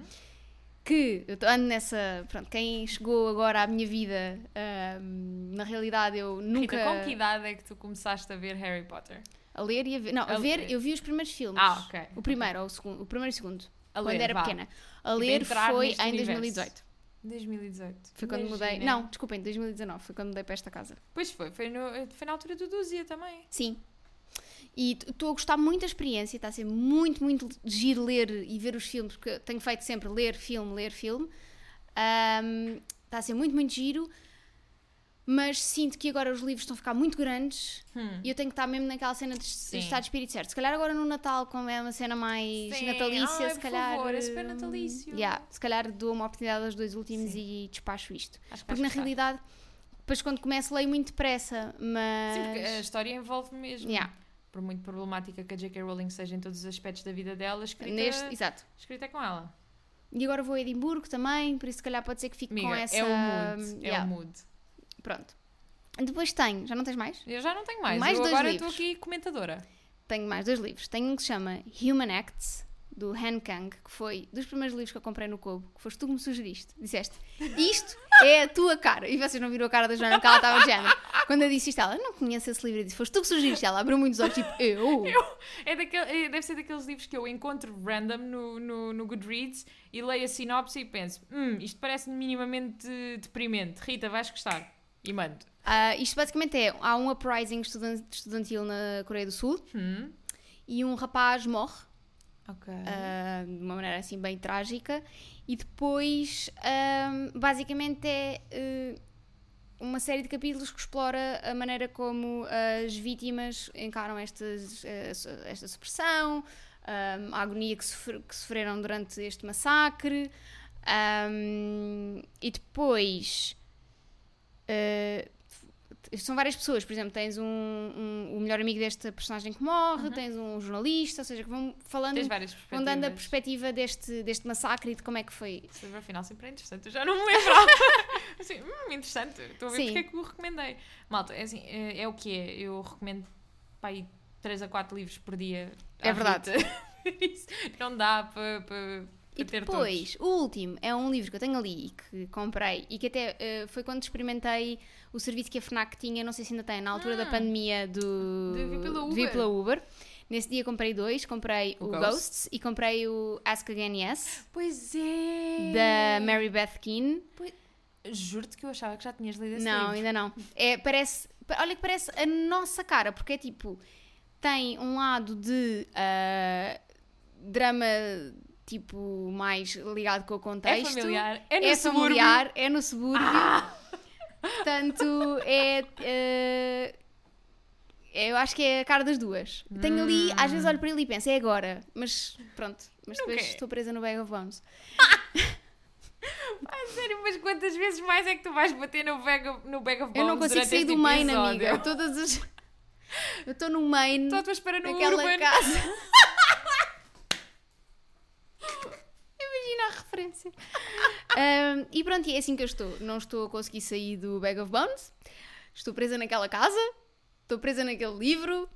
[SPEAKER 1] que eu tô- ando nessa. Pronto, quem chegou agora à minha vida, ahm, na realidade eu nunca.
[SPEAKER 2] Rita, com que idade é que tu começaste a ver Harry Potter?
[SPEAKER 1] A ler e a ver. Não, a
[SPEAKER 2] A
[SPEAKER 1] ver,
[SPEAKER 2] ler.
[SPEAKER 1] eu vi os primeiros filmes.
[SPEAKER 2] Ah, ok.
[SPEAKER 1] O primeiro ou o segundo. O primeiro e o segundo.
[SPEAKER 2] A
[SPEAKER 1] quando
[SPEAKER 2] ler,
[SPEAKER 1] era
[SPEAKER 2] vá.
[SPEAKER 1] pequena. A
[SPEAKER 2] de
[SPEAKER 1] ler
[SPEAKER 2] entrar
[SPEAKER 1] foi
[SPEAKER 2] neste
[SPEAKER 1] em
[SPEAKER 2] universo.
[SPEAKER 1] 2018.
[SPEAKER 2] 2018.
[SPEAKER 1] Foi quando mudei.
[SPEAKER 2] Imagina.
[SPEAKER 1] Não, desculpem, 2019. Foi quando mudei para esta casa.
[SPEAKER 2] Pois foi, foi, no- foi na altura do Dúzia também.
[SPEAKER 1] Sim. E estou a gostar muito da experiência, está a ser muito, muito giro ler e ver os filmes, porque eu tenho feito sempre ler filme, ler filme. Está a ser muito, muito giro, mas sinto que agora os livros estão a ficar muito grandes
[SPEAKER 2] Hum.
[SPEAKER 1] e eu tenho que estar mesmo naquela cena de
[SPEAKER 2] Sim.
[SPEAKER 1] estar de espírito certo. Se calhar agora no Natal, como é uma cena mais
[SPEAKER 2] Sim.
[SPEAKER 1] natalícia,
[SPEAKER 2] Ai,
[SPEAKER 1] se
[SPEAKER 2] por
[SPEAKER 1] calhar.
[SPEAKER 2] favor, é super
[SPEAKER 1] hum,
[SPEAKER 2] natalício.
[SPEAKER 1] yeah, se calhar dou uma oportunidade aos dois últimos e despacho isto.
[SPEAKER 2] Acho que
[SPEAKER 1] Porque na
[SPEAKER 2] vais gostar.
[SPEAKER 1] realidade, depois quando começo, leio muito depressa, mas.
[SPEAKER 2] Sim, porque eh, a história envolve mesmo.
[SPEAKER 1] Yeah.
[SPEAKER 2] Por muito problemática que a J.K. Rowling seja em todos os aspectos da vida dela, escrita,
[SPEAKER 1] Neste, exato.
[SPEAKER 2] escrita é com ela.
[SPEAKER 1] E agora vou a Edimburgo também, por isso se calhar pode ser que fique
[SPEAKER 2] Amiga,
[SPEAKER 1] com essa.
[SPEAKER 2] é o mood. É
[SPEAKER 1] yeah,
[SPEAKER 2] o mood.
[SPEAKER 1] Pronto. Depois tenho, já não tens mais?
[SPEAKER 2] Eu já não tenho mais.
[SPEAKER 1] Mais
[SPEAKER 2] eu
[SPEAKER 1] dois
[SPEAKER 2] agora estou
[SPEAKER 1] livros.
[SPEAKER 2] aqui comentadora. *laughs*
[SPEAKER 1] Tenho mais dois livros. Tenho um que se chama Human Acts, do Han Kang, que foi dos primeiros livros que eu comprei no Cobo, que foste tu que me sugeriste. Disseste, isto é a tua cara. E vocês não viram a cara da Joana, porque ela estava de género. Quando eu disse isto, ela, eu não conheço esse livro. Eu disse, foste tu que sugeriste. Ela abriu muitos olhos, tipo, eu?
[SPEAKER 2] É daquele, é- deve ser daqueles livros que eu encontro random no, no, no Goodreads e leio a sinopse e penso: hum, isto parece minimamente deprimente. Rita, vais gostar. E mando.
[SPEAKER 1] Ah, isto basicamente é, há um uprising estudan- estudantil na Coreia do Sul
[SPEAKER 2] Hum.
[SPEAKER 1] e um rapaz morre
[SPEAKER 2] Ok.
[SPEAKER 1] ah, de uma maneira assim bem trágica e depois ahm, basicamente é eh, uma série de capítulos que explora a maneira como as vítimas encaram estas, eh, su- esta supressão ahm, a agonia que, sofre- que sofreram durante este massacre ahm, e depois eh, são várias pessoas, por exemplo, tens um, um- o melhor amigo desta personagem que morre, tens um jornalista, ou seja, que vão falando
[SPEAKER 2] Tens várias
[SPEAKER 1] Vão dando a
[SPEAKER 2] perspectivas.
[SPEAKER 1] perspectiva deste, deste massacre e de como é que foi.
[SPEAKER 2] Esse livro, afinal, sempre é interessante. Eu já não me lembrava. *laughs* assim, hum, interessante. Estou a ver
[SPEAKER 1] Sim.
[SPEAKER 2] porque é que o recomendei. Malta, é, assim, é, é o que é. Eu recomendo pá, aí 3 a 4 livros por dia.
[SPEAKER 1] É
[SPEAKER 2] à
[SPEAKER 1] verdade.
[SPEAKER 2] *laughs* Rita. Isso não dá para pa,
[SPEAKER 1] E
[SPEAKER 2] pa ter
[SPEAKER 1] depois, o último é um livro que eu tenho ali e que comprei e que até eh, foi quando experimentei o serviço que a FNAC tinha, não sei se ainda tem, na altura da
[SPEAKER 2] Hum.
[SPEAKER 1] pandemia do
[SPEAKER 2] De Vi pela
[SPEAKER 1] de
[SPEAKER 2] Uber.
[SPEAKER 1] Uber. Nesse dia comprei dois, comprei o,
[SPEAKER 2] O
[SPEAKER 1] Ghosts.
[SPEAKER 2] Ghosts.
[SPEAKER 1] e comprei o Ask Again Yes,
[SPEAKER 2] todos. Pois é.
[SPEAKER 1] da Mary Beth Keane.
[SPEAKER 2] Juro-te que eu achava que já tinhas lido esse
[SPEAKER 1] Não,
[SPEAKER 2] livro.
[SPEAKER 1] ainda não. É, parece, pa- olha que parece a nossa cara, porque é tipo, tem um lado de ah, drama tipo mais ligado com o
[SPEAKER 2] É
[SPEAKER 1] contexto.
[SPEAKER 2] familiar. É, no
[SPEAKER 1] é
[SPEAKER 2] subúrbio.
[SPEAKER 1] familiar, é no subúrbio. Portanto, é. eh, eu acho que é a cara das duas. Tenho ali, às vezes olho para ele e penso, é agora. Mas pronto, mas depois
[SPEAKER 2] Ok.
[SPEAKER 1] estou presa no Bag of Bones.
[SPEAKER 2] Ah, sério, mas quantas vezes mais é que tu vais bater no bag of, no bag of
[SPEAKER 1] Eu não
[SPEAKER 2] bones
[SPEAKER 1] consigo
[SPEAKER 2] durante
[SPEAKER 1] sair
[SPEAKER 2] este
[SPEAKER 1] do main,
[SPEAKER 2] episódio?
[SPEAKER 1] amiga. Eu todas as. Eu estou no main
[SPEAKER 2] Estou à tua espera no
[SPEAKER 1] daquela
[SPEAKER 2] Urban.
[SPEAKER 1] casa. *laughs* Imagina a referência. Ahm, e pronto, e é assim que eu estou. Não estou a conseguir sair do Bag of Bones. Estou presa naquela casa. Estou presa naquele livro.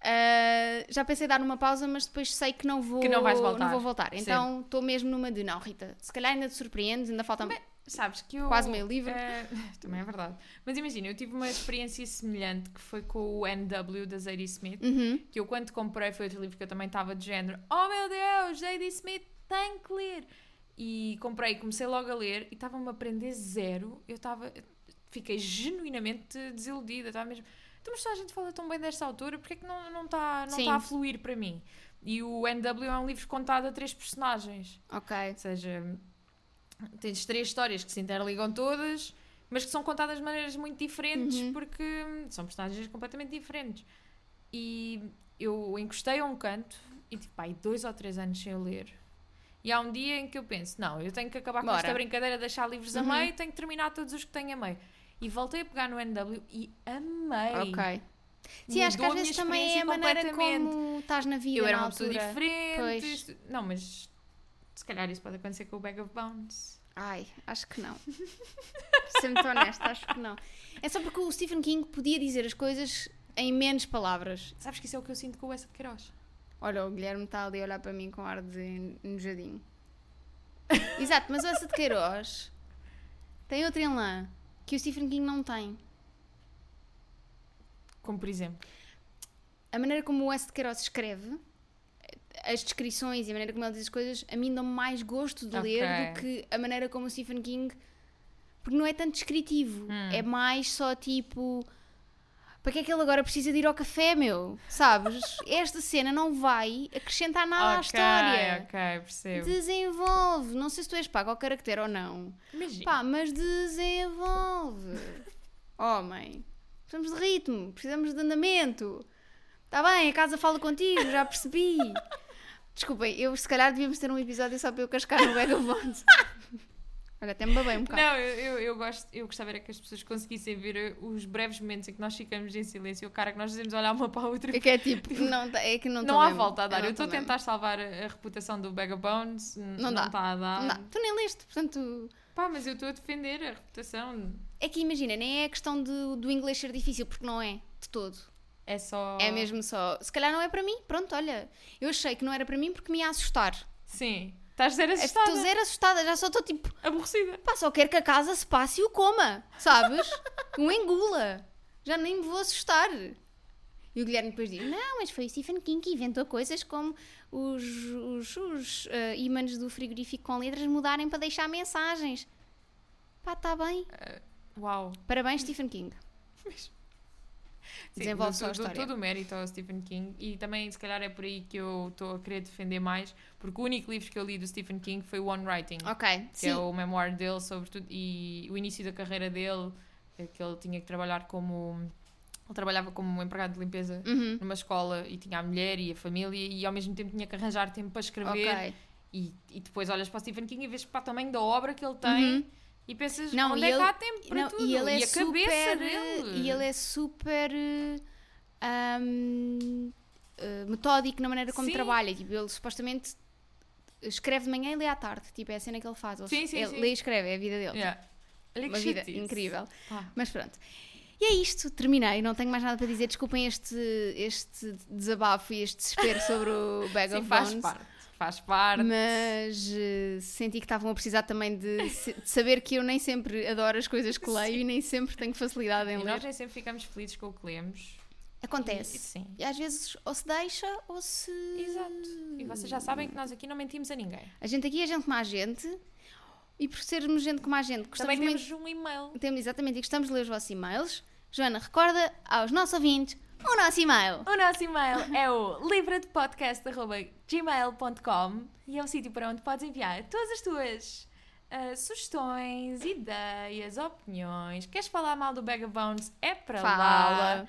[SPEAKER 1] Ah, já pensei em dar uma pausa, mas depois sei que não vou,
[SPEAKER 2] Que não vais voltar.
[SPEAKER 1] não vou voltar.
[SPEAKER 2] Sim.
[SPEAKER 1] Então estou mesmo numa de não, Rita. Se calhar ainda te surpreendes, ainda falta
[SPEAKER 2] Bem, Sabes que eu...
[SPEAKER 1] Quase meio livre.
[SPEAKER 2] eh, *laughs* também é verdade. Mas imagina, eu tive uma experiência semelhante que foi com o NW da Zadie Smith.
[SPEAKER 1] Uhum.
[SPEAKER 2] que eu quando comprei foi outro livro que eu também estava de género oh meu Deus, J.D. Smith tem que ler e comprei e comecei logo a ler e estava-me a aprender zero eu estava, fiquei genuinamente desiludida, estava mesmo então mas toda a gente fala tão bem desta autora, porque é que não não está não
[SPEAKER 1] Sim.
[SPEAKER 2] está a fluir para mim e o NW é um livro contado a três personagens
[SPEAKER 1] Ok.
[SPEAKER 2] ou seja, tens três histórias que se interligam todas, mas que são contadas de maneiras muito diferentes,
[SPEAKER 1] Uhum.
[SPEAKER 2] porque são personagens completamente diferentes. E eu encostei a um canto e tipo, pai, dois ou três anos sem eu ler. E há um dia em que eu penso, não, eu tenho que acabar com
[SPEAKER 1] Bora.
[SPEAKER 2] esta brincadeira, de deixar livros a
[SPEAKER 1] Uhum.
[SPEAKER 2] meio, tenho que terminar todos os que tenho a meio. E voltei a pegar no NW e amei.
[SPEAKER 1] Ok. Sim, acho que
[SPEAKER 2] Mudou
[SPEAKER 1] às
[SPEAKER 2] a
[SPEAKER 1] vezes
[SPEAKER 2] minha
[SPEAKER 1] também é
[SPEAKER 2] experiência
[SPEAKER 1] a maneira
[SPEAKER 2] completamente.
[SPEAKER 1] como estás na vida.
[SPEAKER 2] Eu era
[SPEAKER 1] na
[SPEAKER 2] uma
[SPEAKER 1] altura.
[SPEAKER 2] pessoa diferente.
[SPEAKER 1] Pois.
[SPEAKER 2] isto- Não, mas se calhar isso pode acontecer com o Bag of Bones.
[SPEAKER 1] Ai, acho que não. Sendo honesta, acho que não. É só porque o Stephen King podia dizer as coisas em menos palavras.
[SPEAKER 2] Sabes que isso é o que eu sinto com o Essa de Queiroz.
[SPEAKER 1] Olha, o Guilherme está ali a olhar para mim com ar de nojadinho. Exato, mas essa de Queiroz tem outra enlã que o Stephen King não tem.
[SPEAKER 2] Como por exemplo.
[SPEAKER 1] a maneira como o S. de Queiroz escreve, as descrições e a maneira como ele diz as coisas, a mim dão-me mais gosto de ler do que a maneira como o Stephen King. Porque não é tanto descritivo, é mais só tipo. Para que é que ele agora precisa de ir ao café, meu? Sabes? *laughs* Esta cena não vai acrescentar nada à Ah, história.
[SPEAKER 2] Ok, percebo.
[SPEAKER 1] Desenvolve. Não sei se tu és pago ao caractere ou não.
[SPEAKER 2] Imagina.
[SPEAKER 1] Pá, mas
[SPEAKER 2] *laughs*
[SPEAKER 1] desenvolve. Homem, precisamos de ritmo, precisamos de andamento. Está bem, a casa fala contigo, já percebi. Desculpem, eu se calhar devíamos ter um episódio só para eu cascar no
[SPEAKER 2] *laughs*
[SPEAKER 1] Vagabond. Olha, até me babei um bocado.
[SPEAKER 2] Não, eu, eu, eu gosto, eu gostava era que as pessoas conseguissem ver uh, os breves momentos em que nós ficamos em silêncio e o cara que nós dizemos olhar uma para a outra.
[SPEAKER 1] É que é tipo, não, tá- é que não
[SPEAKER 2] Não,
[SPEAKER 1] tô
[SPEAKER 2] há
[SPEAKER 1] mesmo.
[SPEAKER 2] volta a dar.
[SPEAKER 1] não
[SPEAKER 2] Eu estou a
[SPEAKER 1] tô mesmo.
[SPEAKER 2] tentar salvar a, a reputação do Bag of Bones. n-
[SPEAKER 1] Não dá.
[SPEAKER 2] está a dar.
[SPEAKER 1] Não dá. Tu nem leste, portanto.
[SPEAKER 2] Pá, mas eu estou a defender a reputação.
[SPEAKER 1] É que imagina, nem é a questão de- do inglês ser difícil, porque não é, de todo.
[SPEAKER 2] É só.
[SPEAKER 1] É mesmo só. Se calhar não é para mim, pronto, olha. Eu achei que não era para mim porque me ia assustar.
[SPEAKER 2] Sim. Estás zero assustada.
[SPEAKER 1] Estou É zero assustada, já só estou tipo,
[SPEAKER 2] Aborrecida.
[SPEAKER 1] pá, só quero que a casa se passe e o coma, sabes? *laughs* Um engula. Já nem me vou assustar. E o Guilherme depois diz: Não, mas foi o Stephen King que inventou coisas como os, os, os ah, ímãs do frigorífico com letras mudarem para deixar mensagens. Pá, está bem.
[SPEAKER 2] Uau.
[SPEAKER 1] Parabéns, Stephen King.
[SPEAKER 2] Sim,
[SPEAKER 1] Desenvolve
[SPEAKER 2] dou-
[SPEAKER 1] só a
[SPEAKER 2] dou- dou
[SPEAKER 1] história.
[SPEAKER 2] todo o mérito ao Stephen King e também, se calhar, é por aí que eu estou a querer defender mais, porque o único livro que eu li do Stephen King foi o On Writing,
[SPEAKER 1] Ok,
[SPEAKER 2] que
[SPEAKER 1] sim.
[SPEAKER 2] é o memoir dele, sobretudo, e o início da carreira dele, eh, que ele tinha que trabalhar como. Ele trabalhava como um empregado de limpeza
[SPEAKER 1] Uhum.
[SPEAKER 2] numa escola e tinha a mulher e a família e ao mesmo tempo tinha que arranjar tempo para escrever
[SPEAKER 1] Ok.
[SPEAKER 2] e, e depois olhas para o Stephen King e vês para o tamanho da obra que ele tem
[SPEAKER 1] Uhum.
[SPEAKER 2] e pensas
[SPEAKER 1] Não,
[SPEAKER 2] onde
[SPEAKER 1] e
[SPEAKER 2] é
[SPEAKER 1] ele-
[SPEAKER 2] que há tempo para
[SPEAKER 1] Não,
[SPEAKER 2] tudo
[SPEAKER 1] E ele é
[SPEAKER 2] a
[SPEAKER 1] super.
[SPEAKER 2] cabeça
[SPEAKER 1] eh,
[SPEAKER 2] dele
[SPEAKER 1] E ele é super. eh, ahm, eh, metódico na maneira como
[SPEAKER 2] Sim.
[SPEAKER 1] trabalha. Tipo, ele supostamente escreve de manhã e lê à tarde. Tipo, é a cena que ele faz. Ou
[SPEAKER 2] Sim,
[SPEAKER 1] se-
[SPEAKER 2] sim,
[SPEAKER 1] ele
[SPEAKER 2] sim.
[SPEAKER 1] lê e escreve, é a vida dele.
[SPEAKER 2] Yeah. Olha que
[SPEAKER 1] Uma vida
[SPEAKER 2] chatice.
[SPEAKER 1] incrível.
[SPEAKER 2] Pá.
[SPEAKER 1] Mas pronto. E é isto, terminei, não tenho mais nada para dizer. Desculpem este, este desabafo e este desespero sobre o Bag
[SPEAKER 2] *laughs* Sim,
[SPEAKER 1] of
[SPEAKER 2] faz
[SPEAKER 1] Bones.
[SPEAKER 2] parte. Faz parte.
[SPEAKER 1] Mas eh, senti que estavam a precisar também de, se- de saber que eu nem sempre adoro as coisas que leio e nem sempre tenho facilidade
[SPEAKER 2] E
[SPEAKER 1] em
[SPEAKER 2] nós
[SPEAKER 1] ler.
[SPEAKER 2] nem sempre ficamos felizes com o que lemos. E,
[SPEAKER 1] um Acontece.
[SPEAKER 2] sim.
[SPEAKER 1] E às vezes ou se deixa ou se.
[SPEAKER 2] Exato. E vocês já sabem que nós aqui não mentimos a ninguém.
[SPEAKER 1] A gente aqui é gente como a gente e por sermos gente como a gente, gostamos
[SPEAKER 2] Também
[SPEAKER 1] muito.
[SPEAKER 2] temos um e-mail.
[SPEAKER 1] Temos, exatamente, e gostamos de ler os vossos e-mails. Joana, recorda aos nossos ouvintes o nosso e-mail.
[SPEAKER 2] O nosso e-mail
[SPEAKER 1] *laughs*
[SPEAKER 2] é o livradepodcast.gmail.com e é um sítio para onde podes enviar todas as tuas ah, sugestões, ideias, opiniões. Queres falar mal do Bag of Bones? É para lá.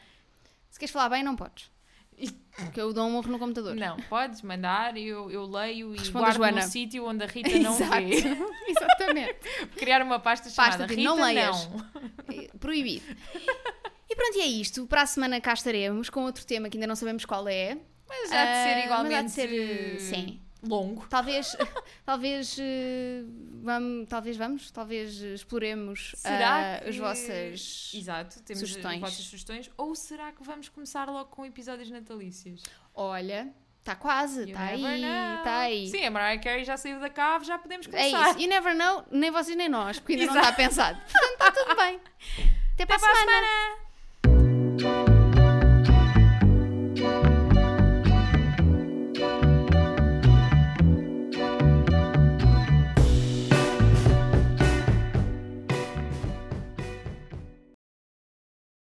[SPEAKER 1] Se queres falar bem, não podes. Porque eu dou um morro no computador.
[SPEAKER 2] Não, podes mandar, eu, eu leio e
[SPEAKER 1] Responde a
[SPEAKER 2] guardo
[SPEAKER 1] Joana.
[SPEAKER 2] no sítio onde a Rita
[SPEAKER 1] *laughs*
[SPEAKER 2] não vê.
[SPEAKER 1] Exato. Exatamente.
[SPEAKER 2] Criar uma pasta
[SPEAKER 1] Pasta
[SPEAKER 2] chamada
[SPEAKER 1] de
[SPEAKER 2] Rita
[SPEAKER 1] não leias.
[SPEAKER 2] não.
[SPEAKER 1] É, Proibido. E pronto, e é isto. Para a semana cá estaremos com outro tema que ainda não sabemos qual é.
[SPEAKER 2] Mas há de
[SPEAKER 1] Ah,
[SPEAKER 2] ser
[SPEAKER 1] Mas há
[SPEAKER 2] igualmente
[SPEAKER 1] de ser,
[SPEAKER 2] eh,
[SPEAKER 1] eh, sim.
[SPEAKER 2] longo.
[SPEAKER 1] Talvez, *laughs* talvez, eh, vamos, talvez vamos, talvez exploremos
[SPEAKER 2] Será
[SPEAKER 1] ah,
[SPEAKER 2] que-
[SPEAKER 1] as vossas...
[SPEAKER 2] Exato, temos
[SPEAKER 1] sugestões.
[SPEAKER 2] as vossas sugestões. Ou será que vamos começar logo com episódios natalícios?
[SPEAKER 1] Olha, está quase,
[SPEAKER 2] You
[SPEAKER 1] está Tá aí,
[SPEAKER 2] never know.
[SPEAKER 1] está aí.
[SPEAKER 2] Sim, a Mariah Carey já saiu da cave, já podemos
[SPEAKER 1] É
[SPEAKER 2] começar.
[SPEAKER 1] isso. You never know, nem vocês nem nós, porque ainda não tá
[SPEAKER 2] Exato. *laughs*
[SPEAKER 1] está pensado. Portanto, está tudo bem. Até para a semana.
[SPEAKER 2] semana.